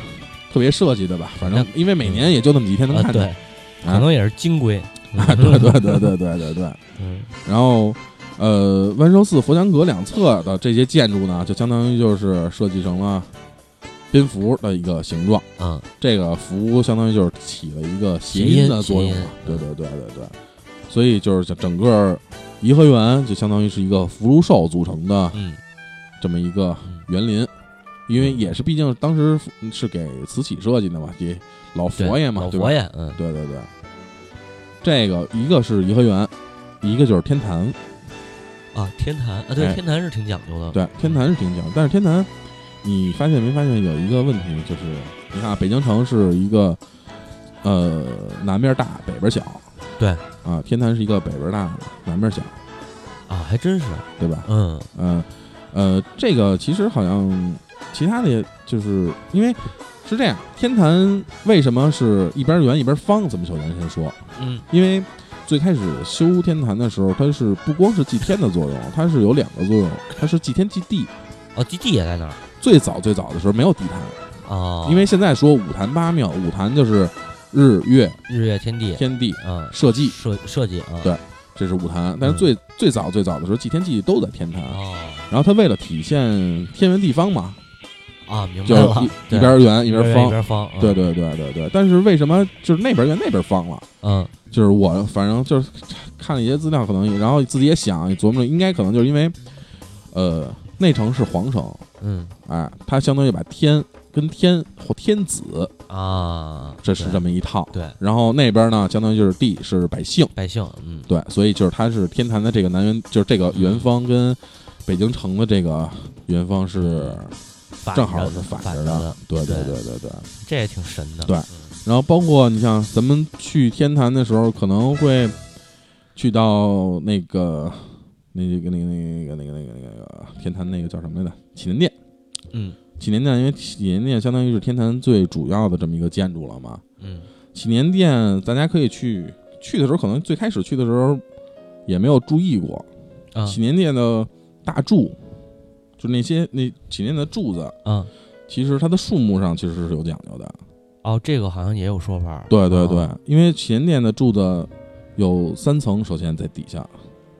特别设计的吧，反正因为每年也就那嗯么几天能
啊
看见，
对，可能也是金龟，
啊， 对对对对对对对。
嗯
然后，呃，万寿寺佛香阁两侧的这些建筑呢，就相当于就是设计成了蝙蝠的一个形状。
啊
这个“蝠”相当于就是起了一个谐
谐音
音的作用
谐音
嘛。对对对对对，所以就是整个颐和园就相当于是一个福禄寿组成的
嗯
这么一个
嗯，
园林，因为也是毕竟当时是给慈禧设计的嘛，这老
对
佛爷嘛，
老
对吧
佛？爷，嗯
对对对，这个一个是颐和园，一个就是天坛。
啊天坛啊对
哎
天坛是挺讲究的，
对，天坛是挺讲，但是天坛，你发现没发现有一个问题，就是你看啊北京城是一个，呃，南边大，北边小。
对
啊，天坛是一个北边大，南边小，
啊还真是，
对吧？
嗯
嗯、呃，这个其实好像其他的也，就是因为是这样，天坛为什么是一边圆一边方？咱们首先先说，
嗯
因为最开始修天坛的时候，它是不光是祭天的作用，它是有两个作用，它是祭天祭地。
哦基地也在那儿
最早最早的时候没有地坛，
啊，
因为现在说五坛八庙，五坛就是日月
日月天地
天地
啊
社稷，
设设计啊
对这是五坛。但是最、最早最早的时候，祭天祭地都在天坛。
哦。
然后他为了体现天文地方嘛，
啊，明
就
白
是
了，
一
对
一边圆一
一
边
圆一
方。
边方，嗯
对
对，
对对对对。但是为什么就是那边圆那边方了？
嗯
就是我反正就是看了一些资料，可能也然后自己也想也琢磨着，应该可能就是因为，呃，内城是皇城，
嗯
哎，它相当于把天跟天或天子，
啊，
这是
对
这么一套。
对
然后那边呢，相当于就是地是百姓，
百姓，嗯
对，所以就是它是天坛的这个南园，就是这个元方跟北京城的这个元方是
反
正好
着
是反
反
着
的，
对对
对
对对对。
这也挺神的，
对
嗯
然后包括你像咱们去天坛的时候，可能会去到那个那个那个那个那个那个那个那个天坛那个叫什么来着？祈年殿。
嗯
祈年殿，因为祈年殿相当于是天坛最主要的这么一个建筑了嘛。
嗯
祈年殿，大家可以去去的时候，可能最开始去的时候也没有注意过。
啊
祈年殿的大柱，就那些那几年的柱子，
嗯，
其实它的数目上其实是有讲究的。
哦，这个好像也有说法。
对对对
啊，
因为祈年殿的柱子有三层，首先在底下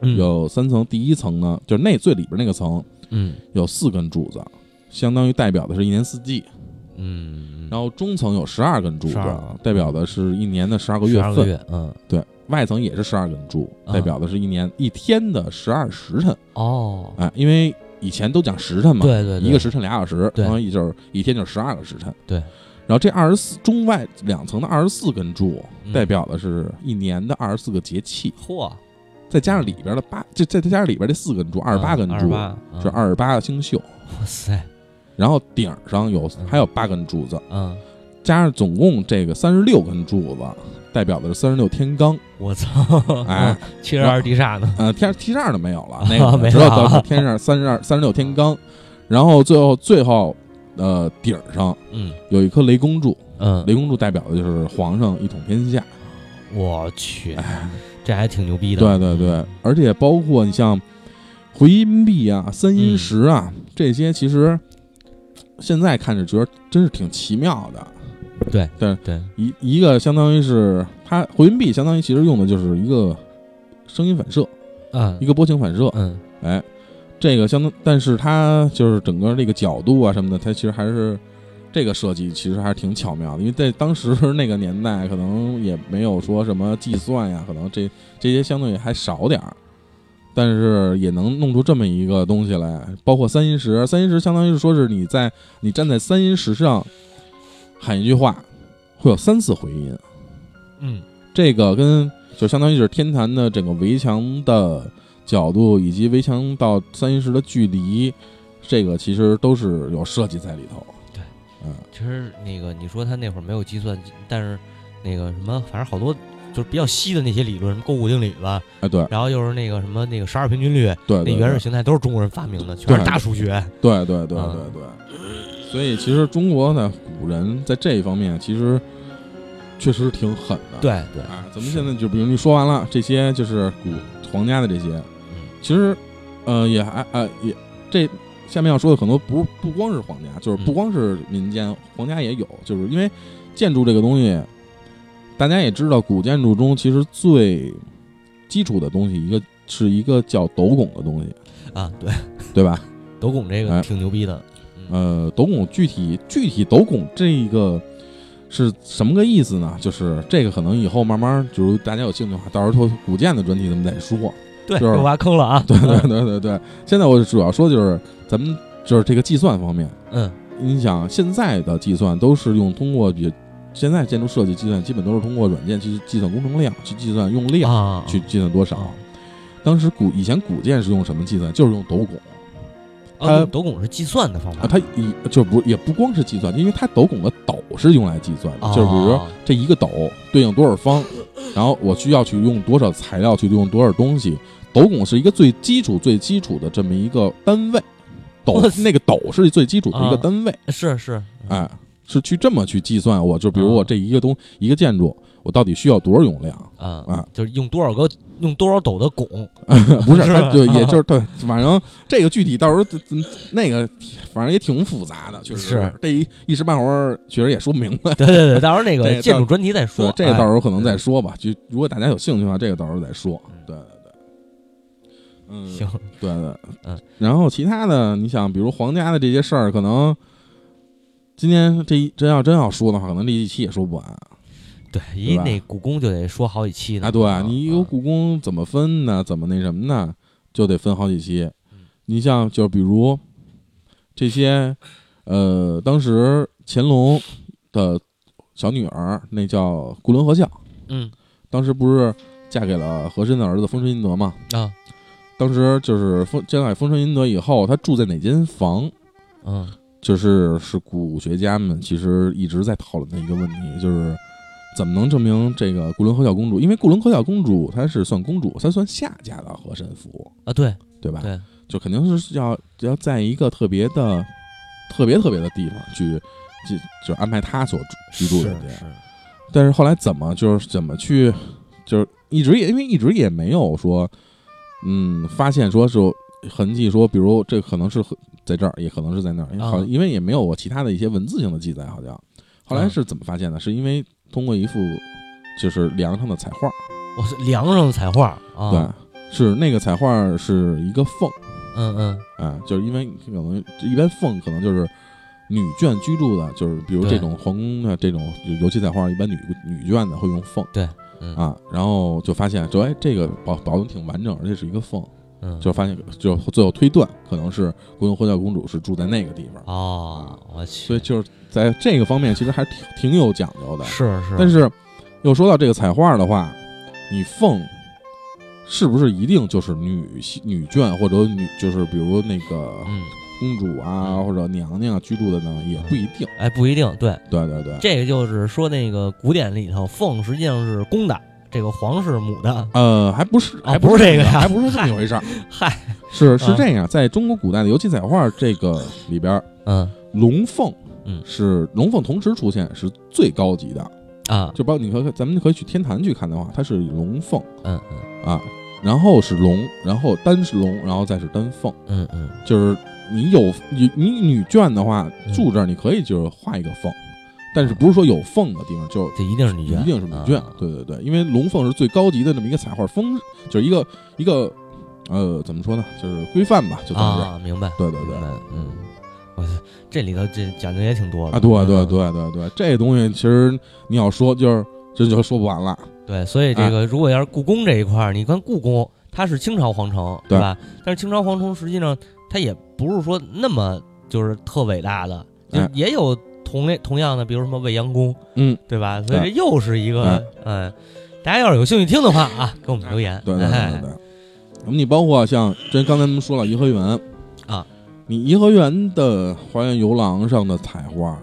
嗯
有三层，第一层呢就是那最里边那个层
嗯
有四根柱子，相当于代表的是一年四季。
嗯，
然后中层有十二根柱子
12，
代表的是一年的十二个
啊十
月
二个
份。
月，嗯，
对，外层也是十二根柱，
啊
代表的是一年一天的十二时辰。
哦，
哎，因为以前都讲时辰嘛，
对对对，
一个时辰俩小时，
对
然后也就是一天就是十二个时辰。
对
然后这二十四中外两层的二十四根柱，
嗯
代表的是一年的二十四个节气，
嚯，
再加上里边的八，这再再加上里边这四根柱，二十八根
嗯二
柱
八
是，二十八个星宿。
嗯哇塞，
然后顶上有
嗯
还有八根柱子，
嗯，
加上总共这个三十六根柱子，代表的是三十六天罡。
我操，
哎，
七十二地煞呢，
呃，天七十二的没有 了，那
啊
个
没
只有
了
到到天上三十二、三十六天罡，然后最后最后，呃，顶上
嗯
有一颗雷公柱，
嗯，
雷公柱代表的就是皇上一统天下。
我去，这还挺牛逼的，
哎对对对，而且包括你像回音壁啊、三阴石啊、这些，其实现在看着觉得真是挺奇妙的。
对
对，
对，
一一个相当于是它回音壁，相当于其实用的就是一个声音反射，
嗯
一个波形反射。
嗯
哎，这个相当，但是它就是整个这个角度啊什么的，它其实还是这个设计其实还是挺巧妙的，因为在当时那个年代，可能也没有说什么计算呀，可能这 这些相对还少点儿。但是也能弄出这么一个东西来，包括三阴石，三阴石相当于是说是你在你站在三阴石上喊一句话，会有三次回音，
嗯
这个跟就相当于就是天坛的整个围墙的角度，以及围墙到三阴石的距离，这个其实都是有设计在里头。
对，
嗯，
其实那个你说他那会儿没有计算机，但是那个什么，反正好多就是比较稀的那些理论，什么勾股定理吧，
哎，对
然后又是那个什么那个十二平均律，
对
那
对，
原始
对
形态都是中国人发明的，全是
对
大数学。
对对对对
嗯
对，所以其实中国的古人在这一方面其实确实挺狠的。
对 对，
啊，咱们现在就比如你说完了这些，就是古皇家的这些，
嗯
其实呃也还呃也这下面要说的很多不是不光是皇家，就是不
嗯
光是民间，皇家也有，就是因为建筑这个东西，大家也知道，古建筑中其实最基础的东西，一个是一个叫斗拱的东西，
啊，对，
对吧？
斗拱这个
哎
挺牛逼的。
呃，斗拱具体具体斗拱这个。是什么个意思呢？就是这个可能以后慢慢，就是大家有兴趣的话，到时候古建的专题咱们再说。
对，
就是
又挖坑了啊。
对对对对对，现在我主要说就是咱们就是这个计算方面，
嗯，
你想现在的计算都是用通过比现在建筑设计计算基本都是通过软件去计算工程量，去计算用量，
啊，
哎去计算多少。当时古以前古建是用什么计算？就是用斗拱
啊
它
斗拱是计算的方法
啊，它以就不也不光是计算，因为它斗拱的斗是用来计算的，就是比如说
哦
这一个斗对应多少方，然后我需要去用多少材料去用多少东西。斗拱是一个最基础、最基础的这么一个单位，斗
哇塞
那个斗是最基础的一
啊
个单位，
是是，
哎，是去这么去计算。我就比如
啊
我这一个东一个建筑，我到底需要多少容量？
啊
啊
就是用多少个用多少斗的拱，
不是，
是吧
它就也就是对，反正这个具体到时候这这那个反正也挺复杂的，确实
是
这一一时半会儿确实也说不明白。
对对对，到时候那
对
个
到
建筑专题再说
对，。这个
哎
到时候可能再说吧。就如果大家有兴趣的话，这个到时候再说。对对对，嗯，
行，
对对，
嗯。
然后其他的，你想，比如皇家的这些事儿，可能今天这一真要真要说的话，可能这一期也说不完啊。
对，一
吧
那故宫就得说好几期呢。
对你有
啊
故宫怎么分呢？怎么那什么呢？就得分好几期。
嗯
你像，就比如这些，呃，当时乾隆的小女儿，那叫固伦和孝，
嗯
当时不是嫁给了和珅的儿子丰臣英德嘛？
啊
当时就是丰嫁给丰臣英德以后，他住在哪间房？
嗯
就是是古学家们其实一直在讨论的一个问题，就是怎么能证明这个固伦和孝公主？因为固伦和孝公主她是算公主，她算下嫁到和珅府，
啊，对
对吧？
对，
就肯定是要要在一个特别的、特别特别的地方去，就就安排她所居住的
是
地儿。
是
但是后来怎么就是怎么去，就是一直也因为一直也没有说，嗯，发现说是痕迹说，比如这可能是和在这儿，也可能是在那儿，因为
啊
好啊像因为也没有我其他的一些文字性的记载，好像。后来
嗯
是怎么发现的？是因为通过一幅就是梁上的彩画，
我是梁上的彩画啊，
对，是那个彩画是一个凤，
嗯嗯，
哎，就是因为可能一般凤可能就是女眷居住的，就是比如
对
这种皇宫的这种，尤其彩画，一般女女眷的会用凤，
对嗯
啊，然后就发现说，哎，这个保保存挺完整，而且是一个凤，
嗯，
就发现就最后推断可能是国王霍教公主是住在那个地方，
哦，我去，
所以就是在这个方面其实还是挺挺有讲究的。
是是，
但是又说到这个彩画的话，你凤是不是一定就是女女眷或者女就是比如那个
嗯，
公主啊
嗯
或者娘娘居住的呢？也不一定。
哎，不一定，对，
对对对，
这个就是说那个古典里头，凤实际上是公的，这个皇是母的，
呃，还不是
啊
还
不是这个呀
还不是这么一回事儿。
嗨，
是是
啊
这样，在中国古代的，尤其彩画这个里边儿，
嗯
龙凤。
嗯
是龙凤同时出现是最高级的，
啊，
就包括你可咱们可以去天坛去看的话，它是龙凤
嗯嗯
啊，然后是龙，然后单是龙，然后再是单凤，
嗯嗯，
就是你有你你女眷的话
嗯
住这儿，你可以就是画一个凤，但是不是说有凤的地方就
这一定是女眷，
一定是女
啊
眷，对对对，因为龙凤是最高级的这么一个彩画风，就是一个一个呃怎么说呢，就是规范吧，就算是
啊，明白，
对对
明
对
白，嗯，我去，这里头这讲究也挺多的
啊，对对
嗯
对对对，这东西其实你要说就是这就说不完了。
对，所以
啊
这个如果要是故宫这一块儿，你看故宫它是清朝皇城，
对
吧？但是清朝皇城实际上它也不是说那么就是特伟大的，就
哎
也有同类同样的，比如什么未央宫，
嗯，哎
对吧？所以这又是一个嗯、大家要是有兴趣听的话啊，给我们留言。
对对对
哎
对 对。那么你包括像这刚才咱们说了颐和园
啊，
你颐和园的花园游廊上的彩画，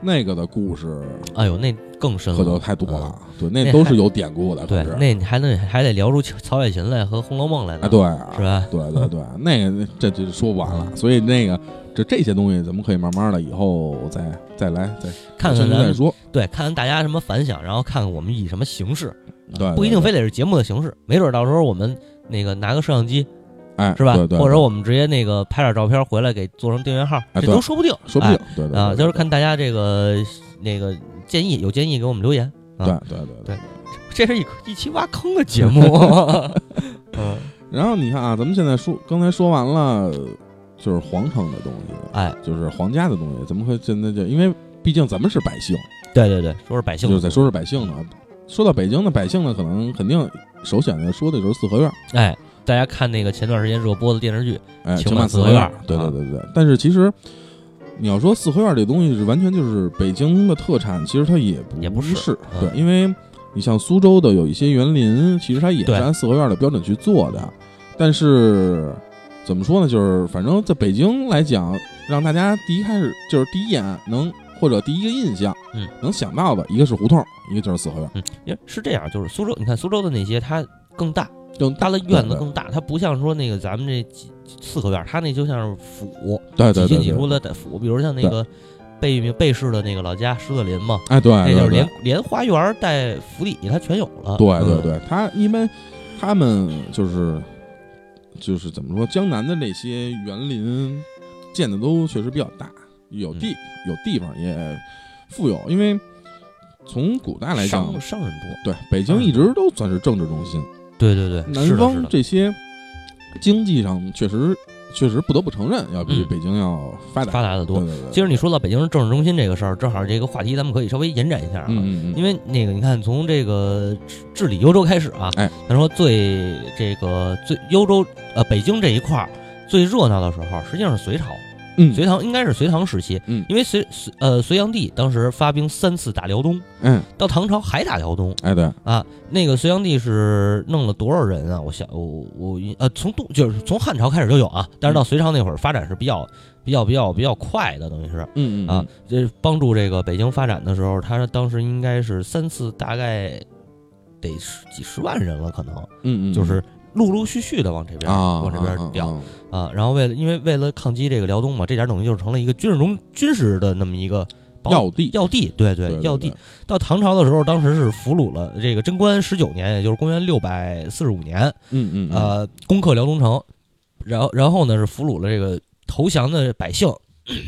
那个的故事
哎呦，那更深
可就
了。
太多了，对，
那还
那都是有典故的，
嗯对
可，是
那你还能还得聊出曹雪芹来和《红楼梦》来呢，
啊，对啊，
是吧？
对对对，那个这这就说不完了，所以那个这这些东西咱们可以慢慢的以后再再来再
看看
深入
咱
再
们
说，
对，看看大家什么反响，然后看看我们以什么形式
对，
啊不一定
对
非得是节目的形式，没准到时候我们那个拿个摄像机
哎
是吧？
对对，
或者
对
我们直接那个拍点照片回来给做成订阅号，这
哎对
都说不定，
说不定，对对
哎啊，
对
就是看大家这个那个建议，有建议给我们留言。
对对对对。
这是一一期挖坑的节 目，嗯，
然后你看啊，咱们现在说刚才说完了，就是皇城的东西，
哎，
就是皇家的东西，怎么会现在就因为毕竟咱们是百姓，
对对对，说是百姓
就是在说是百姓呢。说到北京的百姓呢，可能肯定首选的说的就是四合院，
哎，大家看那个前段时间热播的电视剧，
哎，
情
情
满
满
四
四
合
合
院
院，对对对对。对但是其实你要说四合院这东西是完全就是北京的特产，其实它也不
也不是
是，
嗯
对，因为你像苏州的有一些园林，其实它也是
对
按四合院的标准去做的，但是怎么说呢，就是反正在北京来讲，让大家第一开始就是第一眼能或者第一个印象，
嗯，
能想到的一个是胡同，一个就是四合院，
嗯，因为是这样，就是苏州，你看苏州的那些它更大，
就
它的院子
对
更大，它不像说那个咱们这几四合院，它那就像是府，
对对
几
对
进
对
几出
对，
的得府，比如像那个贝聿铭贝氏的那个老家狮子林嘛，
哎对，
那
对
就是
对
连连花园带府邸它全有了。
对对
嗯，
对，他一般他们就是就是怎么说，江南的那些园林建的都确实比较大，
嗯
有地、有地方也富有，因为从古代来讲
商，商人多。
对北京一直都算是政治中心，
对对对，
南
嗯是的是
方
的
这些经济上确实确实不得不承认，要比
嗯
北京要发达。
发达的
对
多。
对对，
其实你说到北京市政治中心这个事儿，正好这个话题咱们可以稍微延展一下啊，
嗯嗯嗯，
因为那个你看从这个治治理幽州开始啊，
哎，
咱说最这个最幽州呃北京这一块儿最热闹的时候，实际上是隋朝。
嗯
隋唐应该是隋唐时期，
嗯
因为隋隋呃隋炀帝当时发兵三次打辽东，
嗯
到唐朝还打辽东
哎对
啊。那个隋炀帝是弄了多少人啊？我想我我呃从东就是从汉朝开始就有啊，但是
嗯
到隋朝那会儿发展是比较比较比较比较快的，等于是
嗯嗯
啊
嗯，
这帮助这个北京发展的时候，他当时应该是三次大概得十几十万人了，可能
嗯嗯
就是陆陆续续的往这边
啊
往这边
啊啊
调。
啊
啊，然后为了因为为了抗击这个辽东嘛，这点等于就是成了一个军事中军事的那么一个保
要地
要地，对对
对对
要
对
地。到唐朝的时候，当时是俘虏了这个贞观十九年，也就是公元六百四十五年，呃
嗯嗯嗯
呃，攻克辽东城。然后然后呢是俘虏了这个投降的百姓，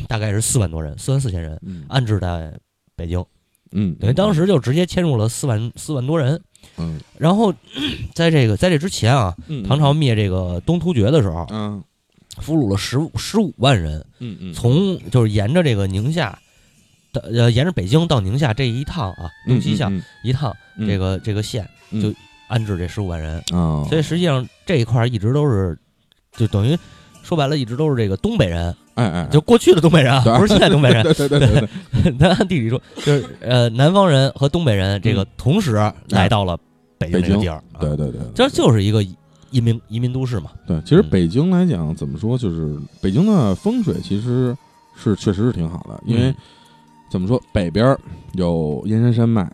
大概是四万多人，四万四千人，
嗯
安置在北京，
嗯，
等于啊当
时
时就直接迁入了四万四万多人。
嗯
然后在这个在这之前啊，
嗯
唐朝灭这个东突厥的时候，
嗯
俘虏了十十五万人，
嗯嗯
从就是沿着这个宁夏。的呃，沿着北京到宁夏这一趟啊，东西向
嗯
一趟，
嗯
这个这个县
嗯
就安置这十五万人，
啊，
所以实际上这一块儿一直都是，就等于说白了，一直都是这个东北人，
哎哎，哎
就过去的东北人啊，
对
不是现在东北人。
对对对对对，
咱按地理说， 就是呃，南方人和东北人这个同时来到了北京
嗯
这
哎北
个
京
地儿，啊，
对对对，
这就是一个移民移民都市嘛。
对，其实
嗯
北京来讲，怎么说，就是北京的风水其实是确实是挺好的，因为、
嗯
怎么说，北边儿有燕山山脉，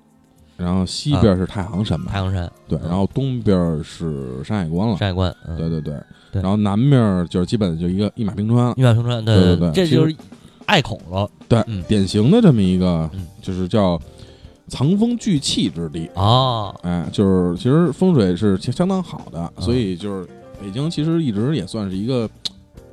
然后西边儿是太行山脉，
啊太行山、
对，
嗯
然后东边儿是山海关了，
山海关，嗯，
对对对，
对嗯
然后南面儿就是基本就一个一马平川了，
一马平川，对
对对对
这
其实
就是隘口了
对，
嗯
典型的这么一个
嗯
就是叫藏风聚气之地，
啊。
哎，就是其实风水是相相当好的，
嗯
所以就是北京其实一直也算是一个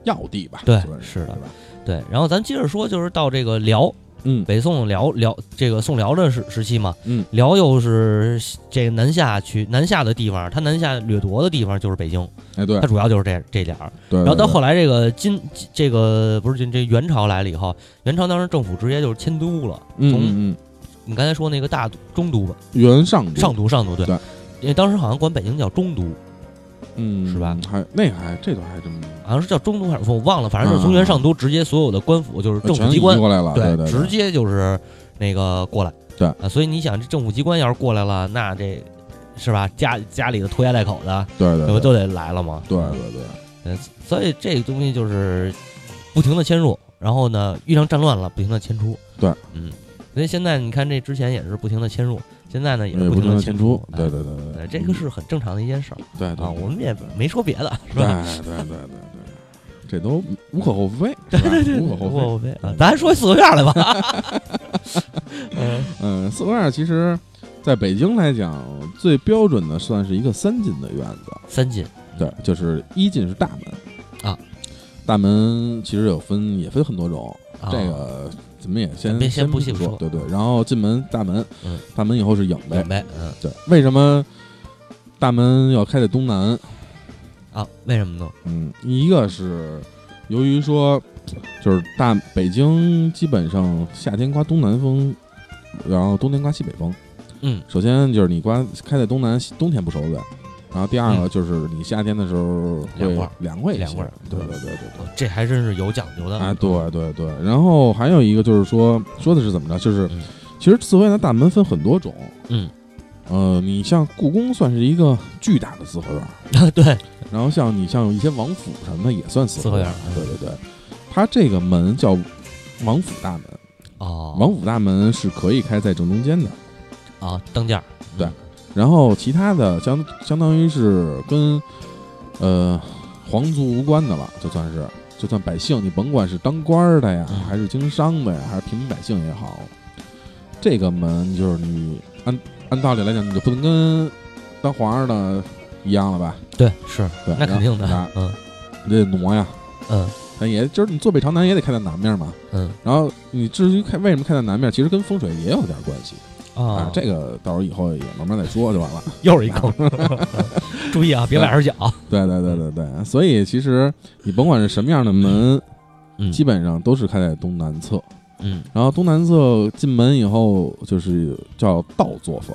要地吧，
对
算
是的
对吧？
对，然后咱接着说，就是到这个辽，
嗯
北宋辽辽这个宋辽的时时期嘛，
嗯，
辽又是这个南下去南下的地方，它南下掠夺的地方就是北京，
哎，对
它，主要就是这这点儿。
对，
然后到后
来，
来这个金金这个不是这这元朝来了以后，元朝当时政府直接就是迁都了，
嗯
从
嗯嗯，
你刚才说那个大都中都吧，
原上都
上都上都对
对，
因为当时好像管北京叫中都，
嗯
是吧？
还那还这段还真
好像是叫中都还是我忘了，反正就是从
嗯呃
元上都直接所有的官府就是政府
全
机
移
关
过来了，啊对对，
直接就是那个过来。
对
啊，所以你想，这政府机关要是过来了，那这是吧？家家里的拖家带口的，
对
这
对
不
对
都得来了吗？
对对对，
呃，所以这个东西就是不停的迁入，然后呢，遇上战乱了，不停的迁出。
对，
嗯，所以现在你看，这之前也是不停的迁入，现在呢也是
也不
停
能
的
迁
出
出。，对对对
哎，
对，嗯
呃，这个是很正常的一件事儿
对对
啊，我们
对
也没说别
哎
的，是吧？
对对对对对，这都无可厚非，对对对，无可
无
厚
可
非。嗯
厚非啊，咱还说四合院来吧。 嗯，
嗯，四合院其实在北京来讲，最标准的算是一个三进的院子，
三进
对，就是一进是大门
啊，
大门其实有分也分很多种，
啊，
这个咱们也先
咱别
先
先不细
细
说
对对。然后进门大门
嗯，
大门以后是影
准
呗，
备，嗯
对。为什么大门要开在东南？
啊，为什么呢？
嗯，一个是由于说，就是大北京基本上夏天刮东南风，然后冬天刮西北风。
嗯，
首先就是你刮开在东南，冬天不受罪。然后第二个就是你夏天的时候
嗯凉快
会
儿
凉快一些，
凉快儿嗯
对对对对对。
哦这还真是有讲究的
啊，对对对，然后还有一个就是说，说的是怎么着，就是、
嗯
其实四合院的大门分很多种，
嗯，
呃，你像故宫算是一个巨大的四合院儿，
啊，对，
然后像你像一些王府什么的也算四合院儿，
四合
对对对，它这个门叫王府大门，
哦，
王府大门是可以开在正中间的，
啊，当间儿，
对然后其他的相相当于是跟呃皇族无关的了，就算是就算百姓，你甭管是当官儿的呀
嗯，
还是经商的呀，还是平民百姓也好，这个门就是你按按道理来讲，你就不能跟当皇上的一样了吧？
对，是，
对，
那肯定的
然后，
嗯
你得挪呀，
嗯
但也就是你坐北朝南也得看在南面嘛。
嗯
然后你至于看为什么看在南面，其实跟风水也有点关系
啊
啊，。这个到时候以后也慢慢再说就完了。
又是一 坑，注意啊，别崴着脚。
对对对对对，所以其实你甭管是什么样的门，
嗯
基本上都是开在东南侧。
嗯，
然后东南侧进门以后就是叫倒座房，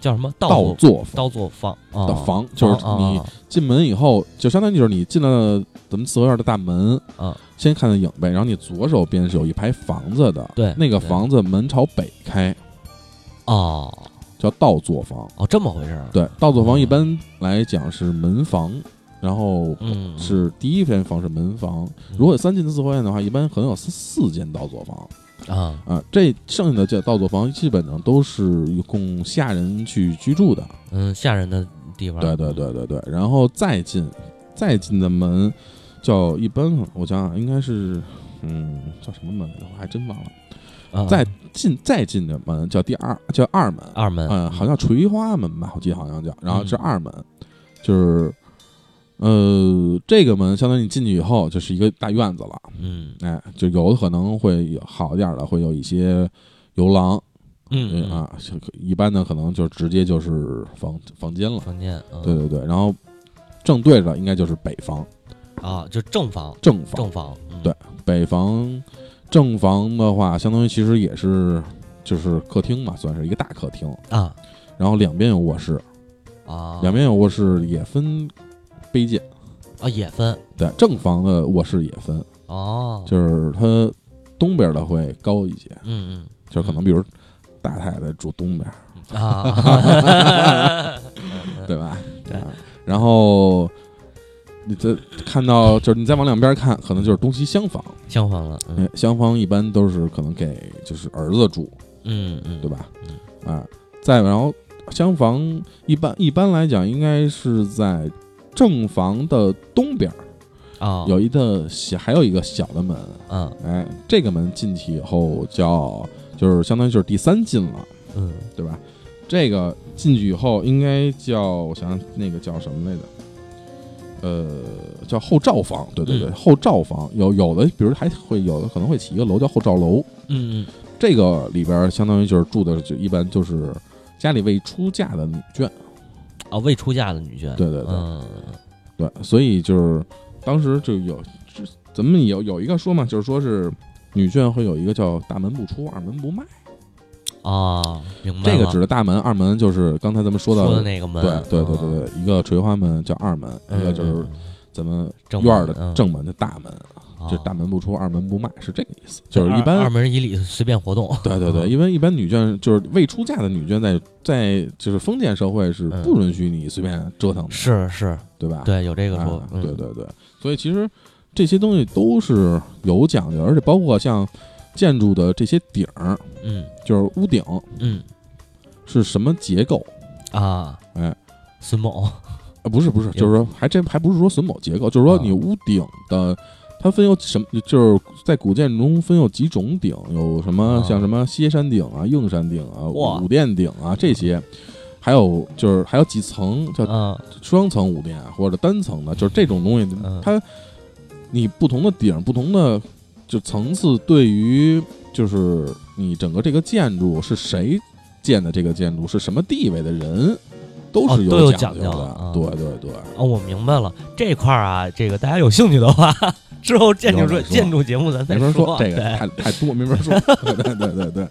叫什么
倒
倒
座房
倒座房啊
的房，就是你
哦
进门以后，就相当于就是你进了咱们四合院的大门，
啊，
先看到影呗，然后你左手边是有一排房子的，
对
那个
对
房子门朝北开，
哦
叫倒座房。
哦这么回事儿。
对，倒座
哦
房一般来讲是门房，然后
嗯，
是第一间房是门房，如果三进四合院的话，一般可能有四四间倒座房
啊
啊。这剩下的这倒座房基本上都是供下人去居住的。
嗯吓人的地方。
对对对对对，然后再进再进的门叫一般，我想想应该是嗯叫什么门来着？我还真忘了。
啊，
再进再进的门叫第二叫二门，
二门
嗯嗯，好像叫垂花门吧，我记得好像叫，然后是
嗯
二门，就是呃，这个门相当于你进去以后就是一个大院子了，
嗯
哎，就有的可能会有好一点的，会有一些游廊，
嗯
啊，就一般的可能就直接就是房房间了，
房间，嗯
对对对，然后正对着应该就是北房
啊，就正房
正房
正房，嗯
对北房正房的话，相当于其实也是就是客厅嘛，算是一个大客厅，
啊
然后两边有卧室，
啊，
两边有卧室也分卑贱，
啊也分
对，正房的卧室也分，
哦，
就是它东边的会高一些，
嗯
就可能比如大太太住东边，
嗯 啊，
对吧？
对
啊。然后你这看到就是你再往两边看，可能就是东西厢房。
相反了，嗯
哎，厢房一般都是可能给就是儿子住，
嗯嗯，
对吧？啊，再然后厢房一般一般来讲应该是在正房的东边儿
啊，
有一个小，还有一个小的门。
嗯
哎，这个门进去以后叫就是相当于就是第三进了。
嗯
对吧？这个进去以后应该叫我想想那个叫什么来着？呃，叫后罩房，对对对，
嗯
后罩房有有的，比如还会有的可能会起一个楼叫后罩楼，
嗯嗯
这个里边相当于就是住的就一般就是家里未出嫁的女眷，
啊，未出嫁的女眷，
对对对
嗯
对，所以就是当时就有这咱们有有一个说嘛，就是说是女眷会有一个叫大门不出，二门不迈，
啊，明白
这
了，
个指的大门，二门就是刚才咱们说到
说的
的。
那个门，
对对对
嗯
对，对，一个垂花门叫二门，一
嗯
个就是
嗯
咱们
正
院
门
儿的
嗯
正门的大门，
啊
就大门不出，二门不迈，是这个意思。就是一
二二
般，
门以里随便活动，
对对对，
嗯
一般一般女眷就是未出嫁的女眷在，在就是封建社会是
嗯
不允许你随便折腾 的，
是是，
对吧？
对，有这个说
啊，，
嗯
对对对，所以其实这些东西都是有讲究，而且包括像建筑的这些顶儿，
嗯
就是屋顶
嗯
是什么结构。
啊，
哎，
孙某
啊，不是不是，
有
就是说还真还不是说榫卯结构，就是说
啊
你屋顶的，它分有什么，就是在古建筑中分有几种顶，有什么
啊
像什么歇山顶啊、硬山顶啊、
哇
五殿顶啊这些，还有就是还有几层叫
嗯
双层五殿啊或者单层的，就是这种东西
嗯，
它你不同的顶、不同的就层次，对于就是你整个这个建筑是谁建的这个建筑，是什么地位的人。都
哦
是
都有讲
讲究
究
的，
啊
对对对，
哦，我明白了这块儿啊，这个大家有兴趣的话， 之后建筑
以后
说
再说
建筑节目咱再
没法说，这个
对
太太多，没法 说。对对对对对，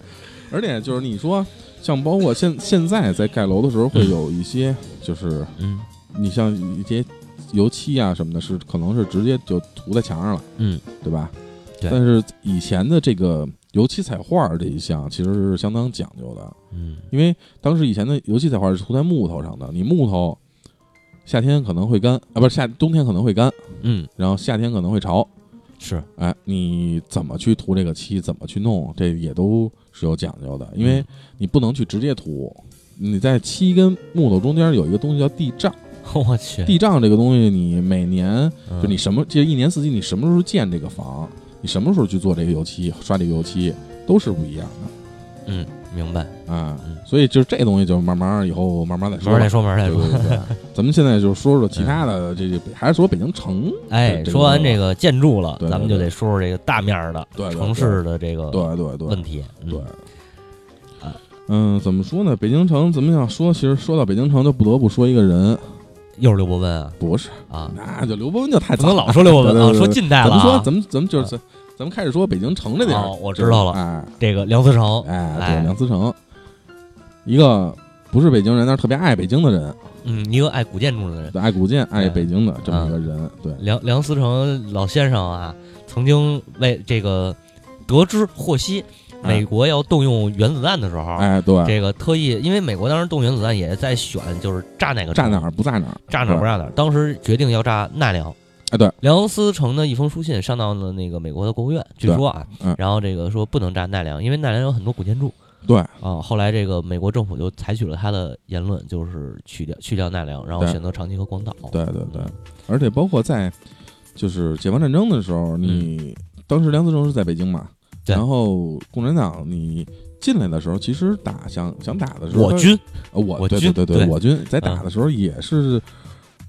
而且就是你说，像包括现现在在盖楼的时候，会有一些就是
嗯
你像一些油漆啊什么的，是可能是直接就涂在墙上了，
嗯
对吧？
对
但是以前的这个油漆彩画这一项其实是相当讲究的，
嗯
因为当时以前的油漆彩画是涂在木头上的，你木头夏天可能会干啊，不是夏冬天可能会干，
嗯
然后夏天可能会潮，
是
哎，你怎么去涂这个漆，怎么去弄，这也都是有讲究的，因
嗯
为你不能去直接涂。你在漆跟木头中间有一个东西叫地障，
嗯 我去，
地障这个东西，你每年
哎嗯
就你什么，这一年四季你什么时候建这个房，你什么时候去做这个油漆、刷这个油漆，都是不一样
嗯明白，
的啊
嗯。
所以就是这东西，就慢慢以后慢慢再
门
说
儿
吧
再。说门儿再
对
说，
对对，咱们现在就说说其他的，这这还是说北京城，
哎，
这
说完这个建筑了
对，对
咱们就得说说这个大面儿的
对对对
城市的这
对
个
对对，
问题，嗯
对
啊，
嗯，怎么说呢？北京城怎么想说？其实说到北京城，就不得不说一个人，
又是刘伯温啊
不是，
啊，
那就刘伯温就太
不
早
能
了
老说刘伯温
对对
啊，
对
说近代
咱
了
们说，
啊，
咱们咱们就是咱咱们开始说北京城这点儿
哦我知道了
哎
这个梁思成，
哎，
哎
对，梁思成，一个不是北京人，但是特别爱北京的人，
嗯，一个爱古建筑的人。
对爱古建、爱
对
北京的这么一
嗯
个人，对，
梁梁思成老先生啊，曾经为这个得知获悉
哎
美国要动用原子弹的时候，
哎，对，
这个特意，因为美国当时动原子弹也在选，就是炸哪个
站
城
哪儿不在哪儿，
炸哪儿不炸哪儿，当时决定要炸奈良。
哎对，
梁思成的一封书信上到了那个美国的国务院，据
对
说啊，
嗯
然后这个说不能炸奈良，因为奈良有很多古建筑
对，
啊。后来这个美国政府就采取了他的言论，就是去掉去掉奈良，然后
对
选择长崎和广岛。
对对对
嗯，
而且包括在就是解放战争的时候，你、当时梁思成是在北京嘛，
嗯对
然后共产党你进来的时候，其实打想想打的时候，
我军
呃我
我
对
军
对对
对啊
我军在打的时候也是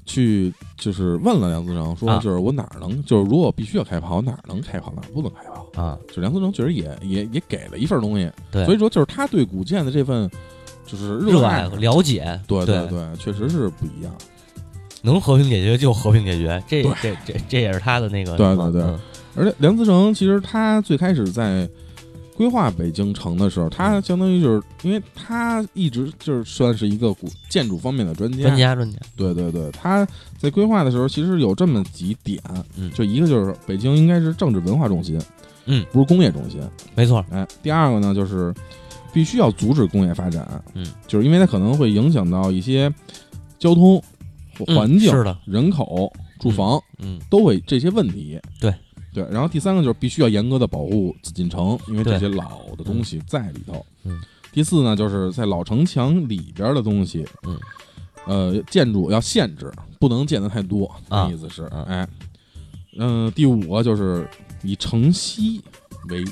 去就是问了梁思成，说
啊
就是我哪儿能，就是如果必须要开炮，我哪儿能开炮，哪儿不能开炮。
啊，
就梁思成确实也也也给了一份东西，
对
所以说就是他对古建的这份就是
热
爱
爱，和了解，
对
对
对，确实是不一样。
能和平解决就和平解决，这
对
这这这也是他的那个
对
什么
对对
嗯
而且梁思成其实他最开始在规划北京城的时候，
嗯
他相当于就是因为他一直就是算是一个古建筑方面的专家，
专家专家，
对对对，他在规划的时候其实有这么几点，
嗯
就一个就是北京应该是政治文化中心，
嗯，
不是工业中心，
没错，
哎，第二个呢就是必须要阻止工业发展，
嗯，
就是因为它可能会影响到一些交通、
嗯
环境、
是的，
人口、住房、
嗯，
都会这些问题。
对
对，然后第三个就是必须要严格的保护紫禁城，因为这
对
些老的东西在里头。
嗯，
第四呢，就是在老城墙里边的东西，
嗯，
呃，建筑要限制，不能建得太多，
啊
那意思是，
啊
哎，嗯、第五个就是以城西为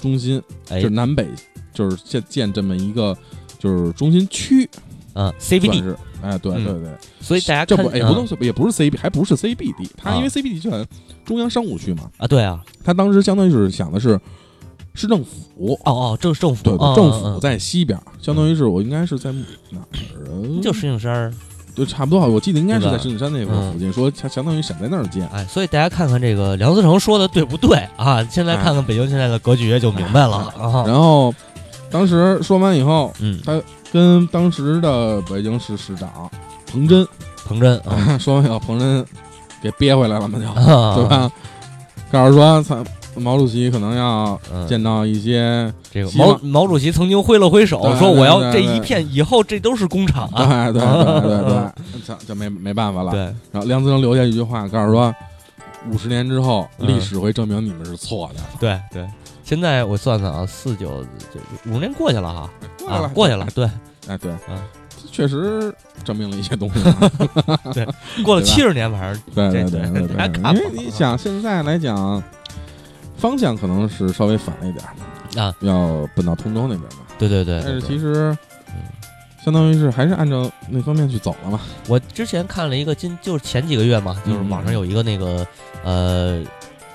中心，
哎
就是，南北，就是建建这么一个就是中心区，
嗯
算
，CBD，
是，哎，对
嗯
对对。
所以大家
这
看
不，哎，
嗯
不能，也不是 CB，还不是 CBD，它
啊
因为 CBD 就在中央商务区嘛，
啊，对啊，
它当时相当于是想的是市政府，
哦哦，政政府，
对
嗯
对，政府
嗯
在西边，相当于是我应该是在哪儿啊
嗯就石景山儿，
对，差不多，啊我记得应该是在
对吧
石景山那块儿
嗯
附近，说相相当于想在那儿建。
哎，所以大家看看这个梁思成说的对不对啊？现
哎
在看看北京现在的格局就明白了 啊，
然后当时说完以后，
嗯，
跟当时的北京市市长彭真
彭真啊，
说完以后，彭真给憋回来了嘛，
嗯
就嗯 对
对？
吧？告诉说，操毛主席可能要
嗯，
见到一些。
这个
希
毛
望
毛主席曾经挥了挥手
对，
说我要这
对对
一
对
片以后这都是工厂啊，
对对对 对对，这这没没办法了。
对，
然后梁思成留下一句话，告诉说，五十年之后，
嗯
历史会证明你们是错的。
对对，现在我算算啊，四九这五十年过去了哈，啊，过去了，，对，
哎，对
嗯，
确实证明了一些东西。
过了
对吧
七十年，反正
对对
这
对对
大家
对，
看啊
因为
吧
你想现在来讲，方向可能是稍微反了一点儿
啊，
要奔到通州那边嘛。
对对对。
但是
对
其实
嗯。
相当于是还是按照那方面去走了嘛，
我之前看了一个今就是前几个月
嗯
嘛，就是网上有一个那个呃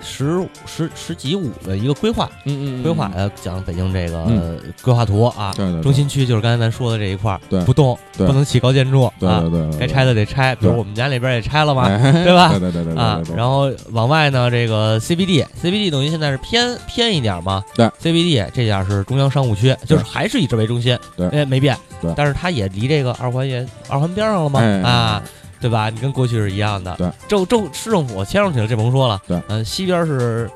十十十几五的一个规划
嗯
规划，呃讲北京这个呃
嗯
规划图啊，
对对对
中心区就是刚才咱说的这一块儿，
对
不动
对
不能起高建筑
对
啊，
对对，
该拆的得拆，比
对
如我们家那边也拆了嘛。
哎
对吧
对对对对对
啊
对，对，
然后往外呢，这个 CBD，CBD 等于现在是偏偏一点嘛，
对
，CBD 这点儿是中央商务区，就是还是以这为中心，
对
哎，没变，
对
但是它也离这个二环也二环边上了嘛，
哎
啊，对吧？你跟过去是一样的，
对，
政政市政府迁上去了，这甭说了，
对
嗯、西边是。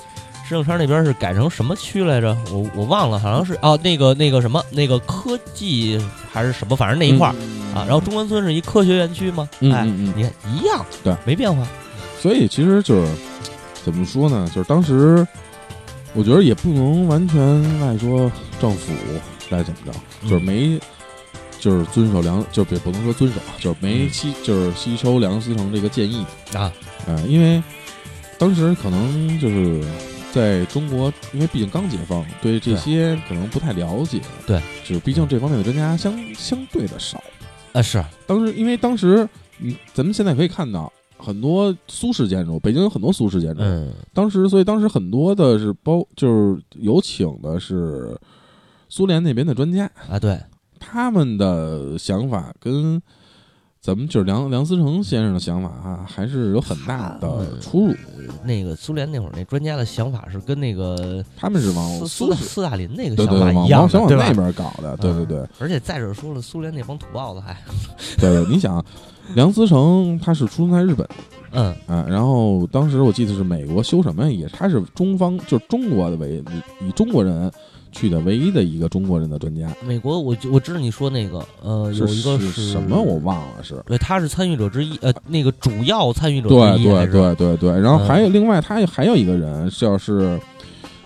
市政圈那边是改成什么区来着？我我忘了，好像是哦，那个那个什么，那个科技还是什么，反正那一块儿、啊。然后中关村是一科学园区吗？
嗯
哎，
嗯嗯，
你看一样，
对，
没变化。
所以其实就是怎么说呢？就是当时我觉得也不能完全赖说政府赖怎么着，
嗯
就是没就是遵守梁，就是也不能说遵守啊，就是没
嗯
吸就是吸收梁思成这个建议
啊，
呃，因为当时可能就是在中国，因为毕竟刚解放，对这
对
些可能不太了解，
对，
就是毕竟这方面的专家相相对的少。
啊，是
当时因为当时，嗯，咱们现在可以看到很多苏式建筑，北京有很多苏式建筑。
嗯，
当时，所以当时很多的是包，就是有请的是呃苏联那边的专家，
啊，对，
他们的想法跟咱们就是梁梁思成先生的想法啊，还是有很大的出入。
那个苏联那会儿那专家的想法是跟那个
他们是往
斯
苏
斯
式，
斯大林那个
对
想
对，
法
往
一
往
样的，
想往
对
那
吧？嗯
边搞的，对对对
而且再者说了，苏联那帮土豹子还，
对对。你想，梁思成他是出生在日本。
嗯，
啊，然后当时我记得是美国修什么呀，也他是中方，就是中国的唯以中国人去的唯一的一个中国人的专家，
美国我就我知道你说那个，呃，有一个
是
是
什么我。忘了是。
对，他是参与者之一，呃，那个主要参与者之
对
一，还
对
是，嗯
对对对，然后还有另外他也还有一个人叫是，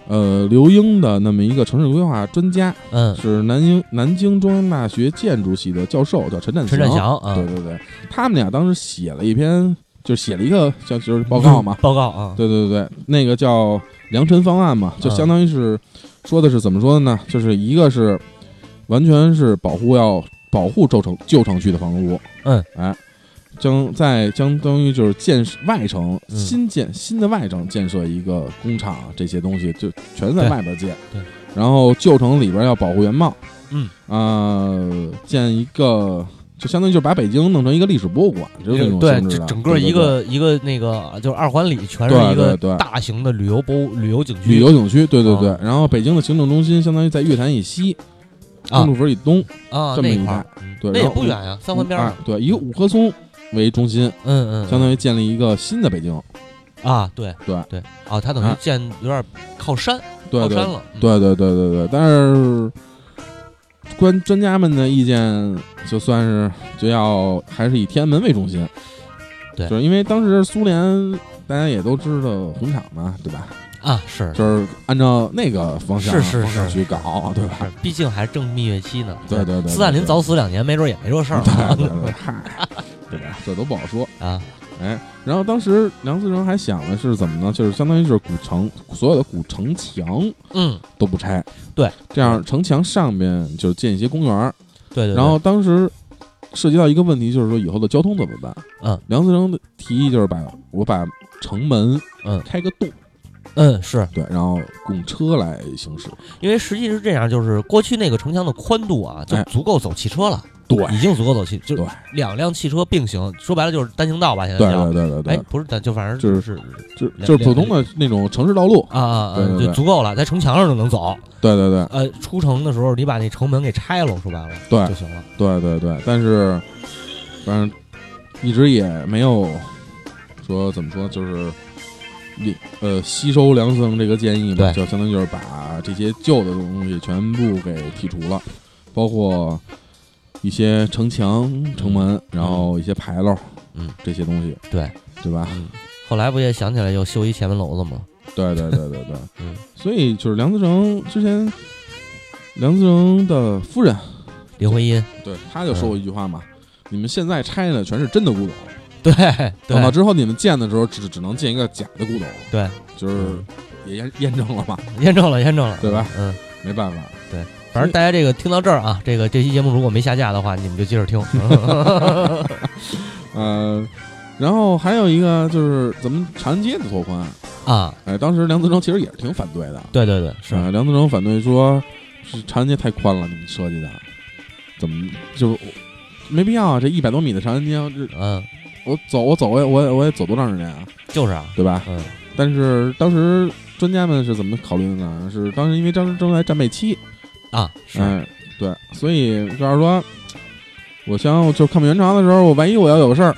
呃，刘英的那么一个城市规划专家，
嗯，
是南京南京中央大学建筑系的教授，叫陈占
陈占祥啊，
对对对，他们俩当时写了一篇，就是写了一个叫就是报告嘛
嗯，报告啊，
对对对，那个叫良辰方案嘛，就
嗯
相当于是、说的是怎么说的呢？就是一个是完全是保护要保护旧城旧城区的房屋，
嗯，
哎，将在相当于就是建设外城
嗯
新建新的外城建设一个工厂啊，这些东西就全在
对
外边建。
对
然后旧城里边要保护原貌，
嗯
呃，建一个就相当于就是把北京弄成一个历史博物馆，这
对
种
对
性，质
这
的
整个
对对
一个一个那个就是二环里全是
对
一个
对对
大型的旅游博物旅游景
旅
区
游景区，对对对
啊。
然后北京的行政中心相当于在月坛以西，
啊
公主坟以东，
啊
这么
那一
一
块儿
带，
嗯
对
那
然
也
后
不
五
远呀，三环边
哎
上，
对，以五棵松为中心，
嗯嗯，
相当于建立一个新的北京。
于啊，对
对
对啊，它等于
啊
建有点靠山
对
靠
对
山了，嗯
对对对对对，但是关专家们的意见就算是就要还是以天安门为中心，
对
就是因为当时苏联大家也都知道红场嘛，对吧？
啊是
就是按照那个方向
是是
方向
是
去搞，对吧？
是，毕竟还正蜜月期呢，
对对对，
斯大林
对
早死两年，没准也没这事儿
对对对对，嗨，对吧？这都不好说。
啊，
哎，然后当时梁思成还想的是怎么呢？就是相当于就是古城所有的古城墙
嗯，
都不拆，
对，
这样城墙上面就建一些公园儿。
对对，对
然后当时涉及到一个问题，就是说以后的交通怎么办？
嗯，
梁思成的提议就是把我把城门
嗯
开个洞，
嗯是
对，然后供车来行驶。
因为实际是这样，就是过去那个城墙的宽度啊，就
哎
足够走汽车了，
对
已经足够走汽，就
对
两辆汽车并行，说白了就是单行道吧，现在
对
叫
对，对对
哎
对，，
不是单，就反正
就是
是
就
两
就是普通的那种城市道路，
啊啊，
对对
啊就
对
足够了，在城墙上就能走。
对对对
呃，出城的时候你把那城门给拆了，说白了
对
就行了。
对对对，但是反正一直也没有说怎么说，就是你呃吸收梁思成这个建议嘛，
对
就相当于就是把这些旧的东西全部给剔除了，包括一些城墙、城门，然后一些牌楼，
嗯，
这些东西，
对
对吧？
嗯，后来不也想起来又修一前门楼子吗？
对对对对对，
嗯，
所以就是梁思成之前，梁思成的夫人，
李徽 因，
对，他就说过一句话嘛。
嗯
你们现在拆的全是真的古董，
对
等
对
到之后你们建的时候，只只能建一个假的古董，
对，嗯
就是也验验证了嘛，
验证了验证了，
对吧？
嗯，
没办法。
反正大家这个听到这儿啊，这个这期节目如果没下架的话，你们就接着 听。
呃，然后还有一个就是咱们长安街的拓宽，
啊，
哎，当时梁思成其实也是挺反对的，
对对对，是
啊梁思成反对说是长安街太宽了，你们设计的，怎么就没必要啊？这一百多米的长安街，这
嗯，
我走我走我也我也我也走多长时间啊，
就是啊，
对吧？
嗯
但是当时专家们是怎么考虑的呢？是当时因为当时正在战备期，
啊，是，
哎，对，所以告诉说，我想我就抗美援朝的时候，我万一我要有事儿，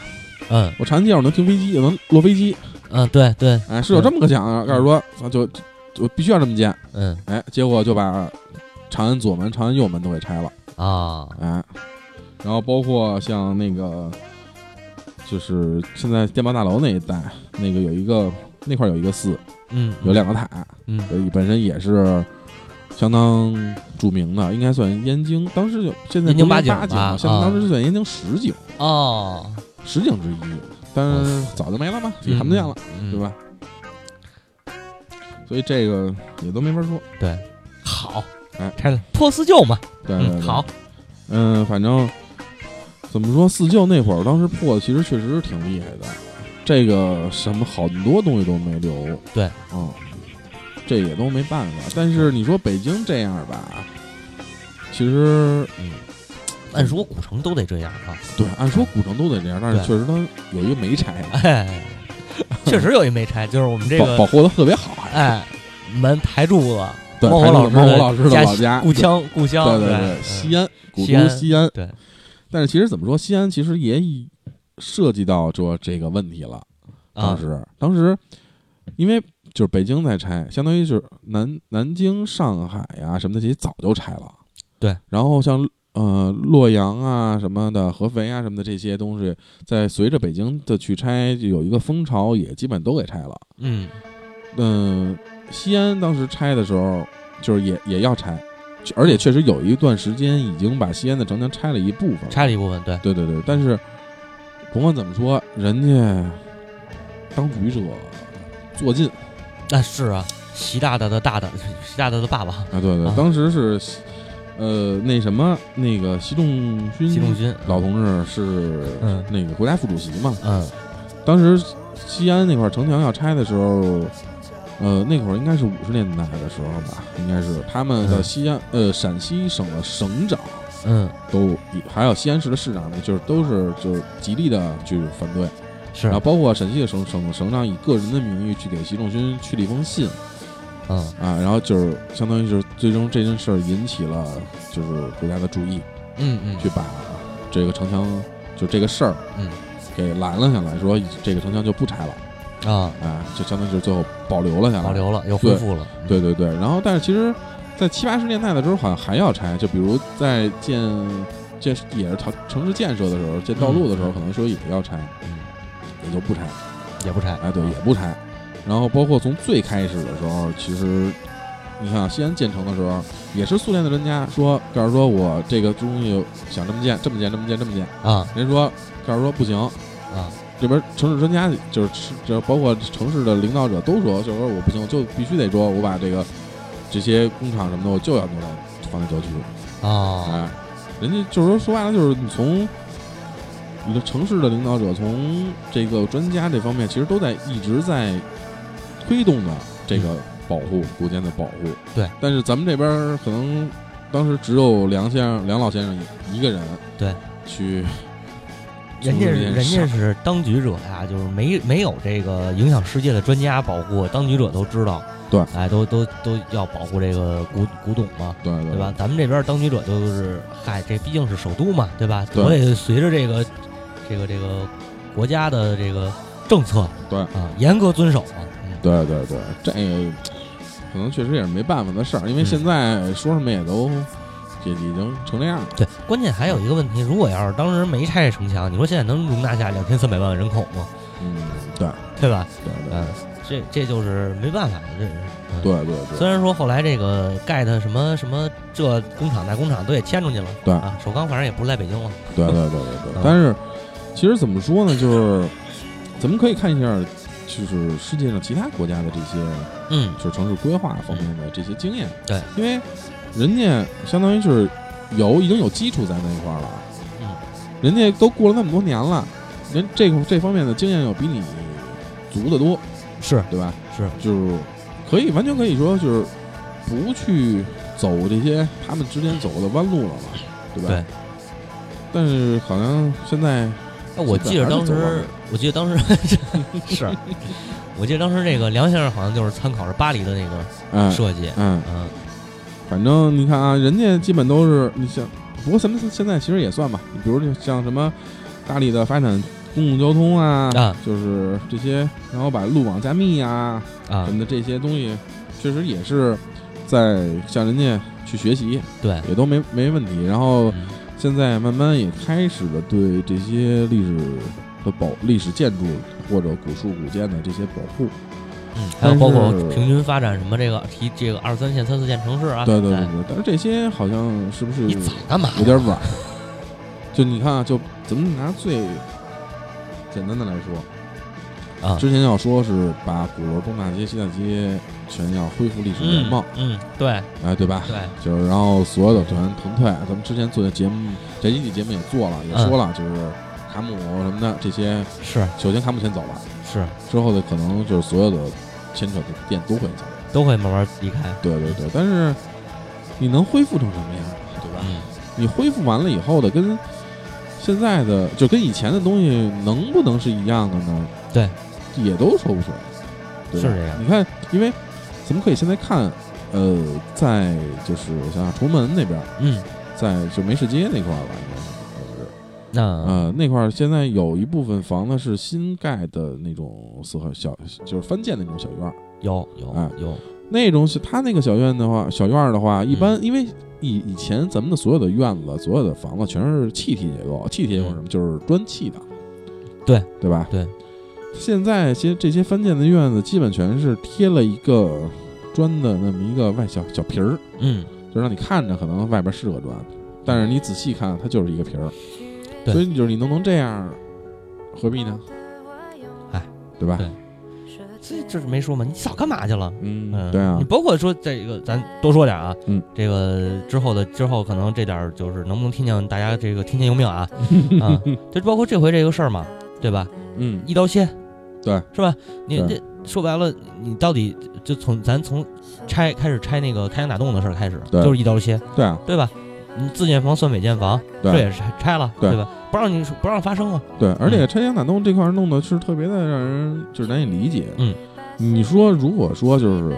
嗯
我长安街我能停飞机，也能落飞机，
嗯，对对，
哎，是有
嗯
这么个想啊。告诉说，啊就就就必须要这么建，
嗯
哎，结果就把长安左门、长安右门都给拆了，
啊，
哎，然后包括像那个，就是现在电报大楼那一带，那个有一个那块儿有一个寺，
嗯，
有两个塔，
嗯
所以本身也是相当著名的，应该算燕京。当时就现在
燕京八
八
景
景
吧
现在
啊
当时算燕京十景，
哦，
十景之一，但是早就没了嘛，就看不见了，
嗯，
对吧？所以这个也都没法说。
好，
哎
拆了破四旧嘛，
对对
嗯，
对，
好，
嗯、反正怎么说，四旧那会儿当时破，其实确实挺厉害的。这个什么很多东西都没留，
对
啊、这也都没办法。但是你说北京这样吧，其实
按说古城都得这样啊，
对，按说古城都得这样，但是
对
确实它有一个没拆的，
哎，确实有一没拆，就是我们这
保保
个，
护的特别好， 还
哎，门台柱子，
对，
猫
还
火老
是
师
猫火
的
老师的
家
老家，
故乡故乡，嗯
对对
对，
对，西安古
西安
都西安，
对。
但是其实怎么说，西安其实也已涉及到说这个问题了。
嗯啊
当，时，当时因为就是北京在拆，相当于就是南南京、上海呀、什么的，其实早就拆了。
对，
然后像呃洛阳啊什么的、合肥啊什么的这些东西，在随着北京的去拆，就有一个风潮，也基本都给拆了。
嗯
嗯，西安当时拆的时候，就是也也要拆，而且确实有一段时间已经把西安的城墙拆了一部分了。
拆了一部分，对，
对对对，但是甭管怎么说，人家当局者做尽
那是啊，习大大的大大，习大大的爸爸，
啊，对对，
啊
当时是西，呃，那什么，那个习仲勋，
习仲勋
老同志是
嗯
那个国家副主席嘛。
嗯
当时西安那块儿城墙要拆的时候，呃，那会儿应该是五十年代的时候吧，应该是他们的
嗯
西安、呃陕西省的省长
嗯，
都还有西安市的市长，就是都是就是极力的去反对，
是
然后包括陕西的省省省长以个人的名义去给习仲勋去了一封信
嗯
啊，然后就是相当于就是最终这件事儿引起了就是国家的注意，
嗯嗯
去把这个城墙就这个事儿
嗯
给拦了下来，说这个城墙就不拆了。
啊，
啊，就相当于就是最后保留了下来。
保。留了又恢复了，
对对对，然后但是其实，在七八十年代的时候，好像还要拆，就比如在建建也是城城市建设的时候，建道路的时候，
嗯
可能说也要拆，
嗯，
也就不拆。
也不拆，
哎，对，也不拆。然后包括从最开始的时候，其实你看啊西安建成的时候，也是苏联的专家说，告诉说我这个东西想这么建，这么建，这么建，这么建，
啊
人家说告诉说不行，
啊，
这边城市专家就是这包括城市的领导者都说，就是说我不行，我就必须得说，我把这个这些工厂什么的，我就要弄到放在郊区。
啊，
哎，人家就是说说白了，就是你从你的城市的领导者，从这个专家这方面，其实都在一直在推动的这个保护古建的保护。
对，
但是咱们这边儿可能当时只有梁先生、梁老先生一一个人
对
去
人家
从这件
人
事
家是当局者呀，就是没没有这个影响世界的专家保护，当局者都知道，
对，
哎，都都都要保护这个古古董嘛，
对对
对吧？？咱们这边当局者就是，嗨，这毕竟是首都嘛，对吧？
对
我也随着这个这个这个国家的这个政策，
对
啊，严格遵守啊。嗯
对对对，这个可能确实也是没办法的事儿，因为
嗯
现在说什么也都也已经成这样了。
对，关键还有一个问题，如果要是当时没拆这城墙，你说现在能容纳下两千三百万人口吗？
嗯，对
对吧？
对
嗯，这这就是没办法的，这是。嗯、。
对对对对
虽然说后来这个盖的什么什么这工厂那工厂都也迁出去了，
对
啊，首钢反正也不是在北京了，
对对对对对
嗯。
但是其实怎么说呢，就是咱们可以看一下，就是世界上其他国家的这些
嗯，
就是城市规划方面的这些经验。
对，
因为人家相当于是有已经有基础在那一块儿了，
嗯，
人家都过了那么多年了，人这个这方面的经验要比你足得多，
是
对吧？
是，
就是可以完全可以说就是不去走这些他们之前走过的弯路了嘛，对吧？
对。
但是好像现在
那我记得当
基本还是
时
走完，
我记得当时是， 我记得当时那个梁先生好像就是参考着巴黎的那个
嗯
设计，
嗯，
嗯
反正你看啊，人家基本都是你像，不过咱们现在其实也算吧，你比如就像什么大力的发展公共交通啊，
啊
就是这些，然后把路网加密啊
啊
什，么的这些东西，确实也是在向人家去学习，
对，
也都没没问题。然后
嗯
现在慢慢也开始了对这些历史的保、历史建筑或者古树古建的这些保护。
嗯，还有包括
但是
平均发展什么这个提这个二三线、三四线城市啊，
对对对
哎，
对，但是这些好像是不是
你早干嘛呀？
有点晚？就你看啊，就咱们拿最简单的来说，
啊，
之前要说是把鼓楼东大街、西大街全要恢复历史原貌
嗯，嗯，对
哎，对吧？
对，
就是然后所有的团腾退，咱们之前做的节目，这一期节目也做了，
嗯
也说了，就是卡姆什么的这些，
是
首先卡姆先走了，
是
之后的可能就是所有的牵扯的店都会走，
都会慢慢离开，
对对对，但是你能恢复成什么样，对吧？
嗯，
你恢复完了以后的跟现在的就跟以前的东西能不能是一样的呢？
对，
也都说不出来，对吧
是这样
你看，因为咱们可以现在看，呃，在就是我想想崇文那边。
嗯，
在就梅市街那块儿吧，应该是。
那
呃，那块儿现在有一部分房子是新盖的那种四合小，就是翻建那种小院儿。
有有
哎
有，
那种小，他那个小院的话，小院儿的
嗯
话，一般、因为以以前咱们的所有的院子、所有的房子全是气体结构，气体结构是什么？就是砖砌的，
嗯对
对吧？
对。
现在些这些翻建的院子，基本全是贴了一个砖的那么一个外小小皮儿，
嗯，
就让你看着可能外边是个砖，但是你仔细看它就是一个皮儿，
对
所以你就是你弄成这样，何必呢？
哎，
对吧？
对这就是没说嘛，你早干嘛去了？
嗯，
嗯，
对啊
你，包括说这个，咱多说点啊，
嗯，
这个之后的之后，可能这点儿就是能不能听见大家这个听天由命 啊，啊，就包括这回这个事儿嘛，对吧？
嗯，
一刀切，
对，啊
是吧？你
对
这说白了，你到底就从咱从拆开始拆那个开膛打洞的事儿开始，
对
就是一刀切，
对啊，
对吧？你自建房算违建房，
对
这也是拆拆了，
对
对吧？不让你不让发生啊，
对，而且拆迁打洞这块儿弄的是特别的让人就是难以理解。
嗯，
你说如果说就是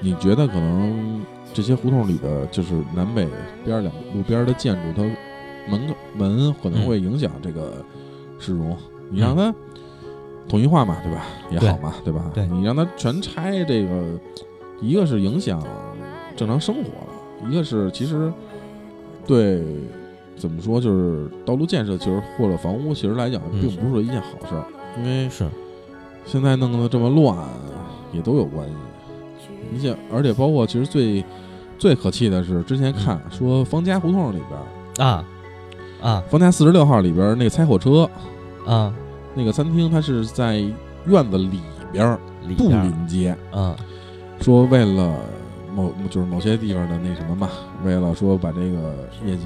你觉得可能这些胡同里的就是南北边儿两路边儿的建筑，它门口门可
嗯
能会影响这个市容，你让它统一化嘛，对吧？也好嘛，对吧？
对
你让它全拆这个，一个是影响正常生活了，一个是其实对怎么说，就是道路建设其实或者房屋其实来讲，
嗯
并不是一件好事儿，因为
是，
现在弄得这么乱，也都有关系。你想，而且包括其实最最可气的是，之前看说方家胡同里边儿，
啊啊
方家四十六号里边儿那个拆火车
啊，
那个餐厅，它是在院子里边儿
里
不
边儿
临街，
嗯
说为了某就是某些地方的那什么嘛，为了说把这个业绩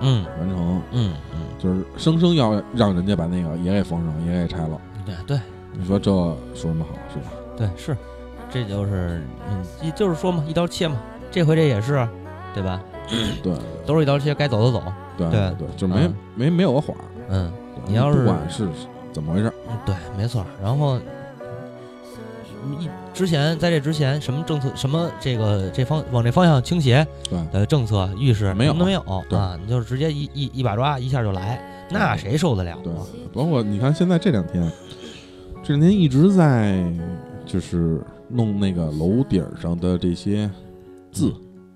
嗯
完成，
嗯嗯，
就是生生要让人家把那个也给封上，也给拆了。
对对。
你说这说什么好是吧？
对，是，这就是，嗯，一就是说嘛，一刀切嘛，这回这也是，对吧？
对
都是一刀切，该走的走，
对
对
对，就没
嗯
没没有个缓。
嗯，
对
你要
不
是
管是怎么回事，
嗯对，没错儿。然后，一之前在这之前，什么政策，什么这个这方往这方向倾斜
对
的政策预示
没有
什么都没有
对
啊，你就是直接一一一把抓，一下就来，那谁受得了
对
啊？，
包括你看现在这两天，这两天一直在就是弄那个楼顶上的这些字、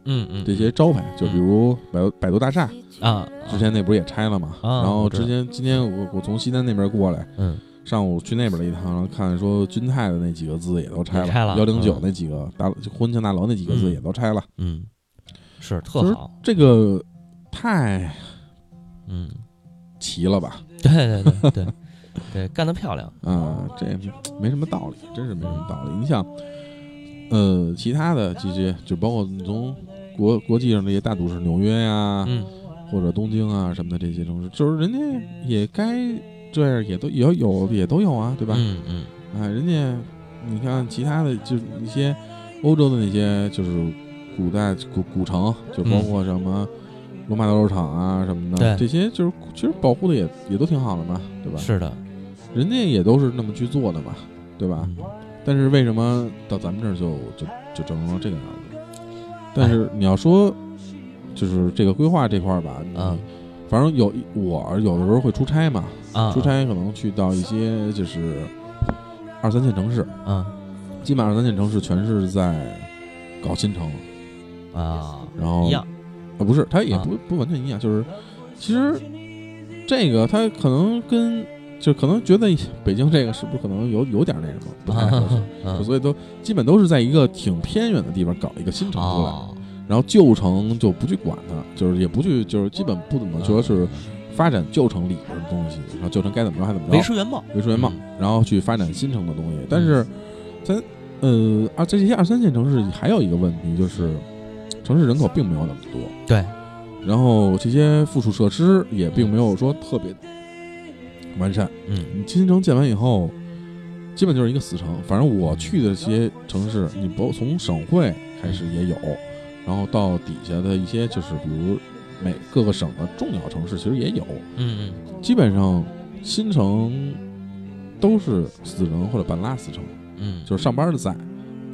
嗯嗯，
这些招牌，就比如百度百度大厦
啊，
之前那不是也拆了嘛？
啊
然后
我知道
之前今天我我从西单那边过来，
嗯
上午去那边了一趟，然后看说君泰的那几个字也都拆
也拆了
幺零九
嗯
那几个大就婚庆大楼那几个字
嗯
也都拆了，
嗯，是特
就是
好，
这个太
嗯，
齐了吧？
对对对对对，干得漂亮，
啊、这没什么道理，真是没什么道理。你想，呃，其他的这些，就包括你从国国际上这些大都市，纽约呀、
嗯。
或者东京啊什么的这些城市，就是人家也该这样，也都也有也都有啊，对吧？
嗯嗯
啊，人家你看其他的，就是一些欧洲的那些，就是古代古古城，就包括什么罗马斗兽场啊什么的，
嗯对
这些就是其实保护的也也都挺好的嘛，对吧？啊
是的，
人家也都是那么去做的嘛，对吧？
嗯
但是为什么到咱们这儿就就就整成这个样子？但
哎
是你要说，就是这个规划这块儿吧，你
嗯
反正有我有的时候会出差嘛，
啊，
出差可能去到一些就是二三线城市，
啊
基本上二三线城市全是在搞新城，
啊，
然后
一样，
啊，不是，它也
啊
不、不完全一样，就是其实这个它可能跟就可能觉得北京这个是不是可能有有点那什么不太合适，
嗯
就所以都基本都是在一个挺偏远的地方搞一个新城出来，
哦，
然后旧城就不去管它，就是也不去就是基本不怎么说是发展旧城里边的东西，然后旧城该怎么着还怎么
嗯
着
维，持原貌，
维持原貌，然后去发展新城的东西。但是，咱呃，二这些二三线城市还有一个问题就是，城市人口并没有那么多，
对，
然后这些附属设施也并没有说特别完善。
嗯
你新城建完以后，基本就是一个死城。反正我去的这些城市，你包从省会开始也有，然后到底下的一些就是比如每各个省的重要城市其实也有，
嗯
基本上新城都是死城或者半拉死城，
嗯嗯，
就是上班的在，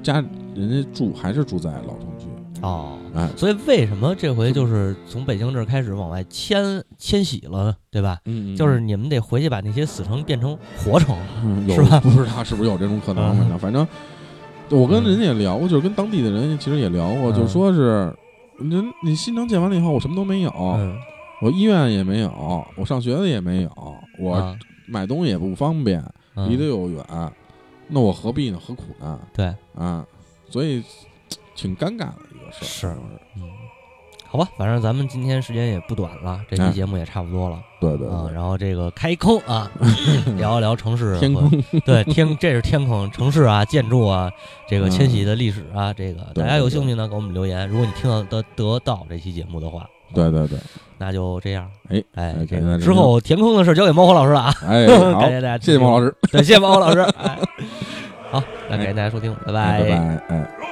家人家住还是住在老城区。
哦。
哎，
所以为什么这回就是从北京这儿开始往外迁迁徙了呢，对吧？
嗯
就是你们得回去把那些死城变成活城。
嗯有
是吧
不知道是不是有这种可能，
嗯
反正反正我跟人家也聊过，就是跟当地的人其实也聊过，
嗯
就说是。人你新城建完了以后，我什么都没有，
嗯
我医院也没有，我上学的也没有，我
啊
买东西也不方便，
嗯
离得又远，那我何必呢？何苦呢？
对，
啊，所以挺尴尬的一个事儿。
是
就是
嗯，好吧，反正咱们今天时间也不短了，这
哎
期节目也差不多了
对对
啊。
对，
然后这个开坑啊，聊一聊城市和
天空，
对天，这是天坑城市啊，建筑啊，这个迁徙的历史啊，这个
嗯对
大家有
对对
兴趣呢，给我们留言。如果你听到得得到这期节目的话，
对对对，
那就这样。
哎
哎这
哎，感谢大
个
家
之后填空的事交给猫火老师了啊，
哎，好
感，谢大家，
谢谢毛老
师，
师，
对，谢谢猫火老师。哎，好，那感谢大家收听，拜
拜拜，哎。
如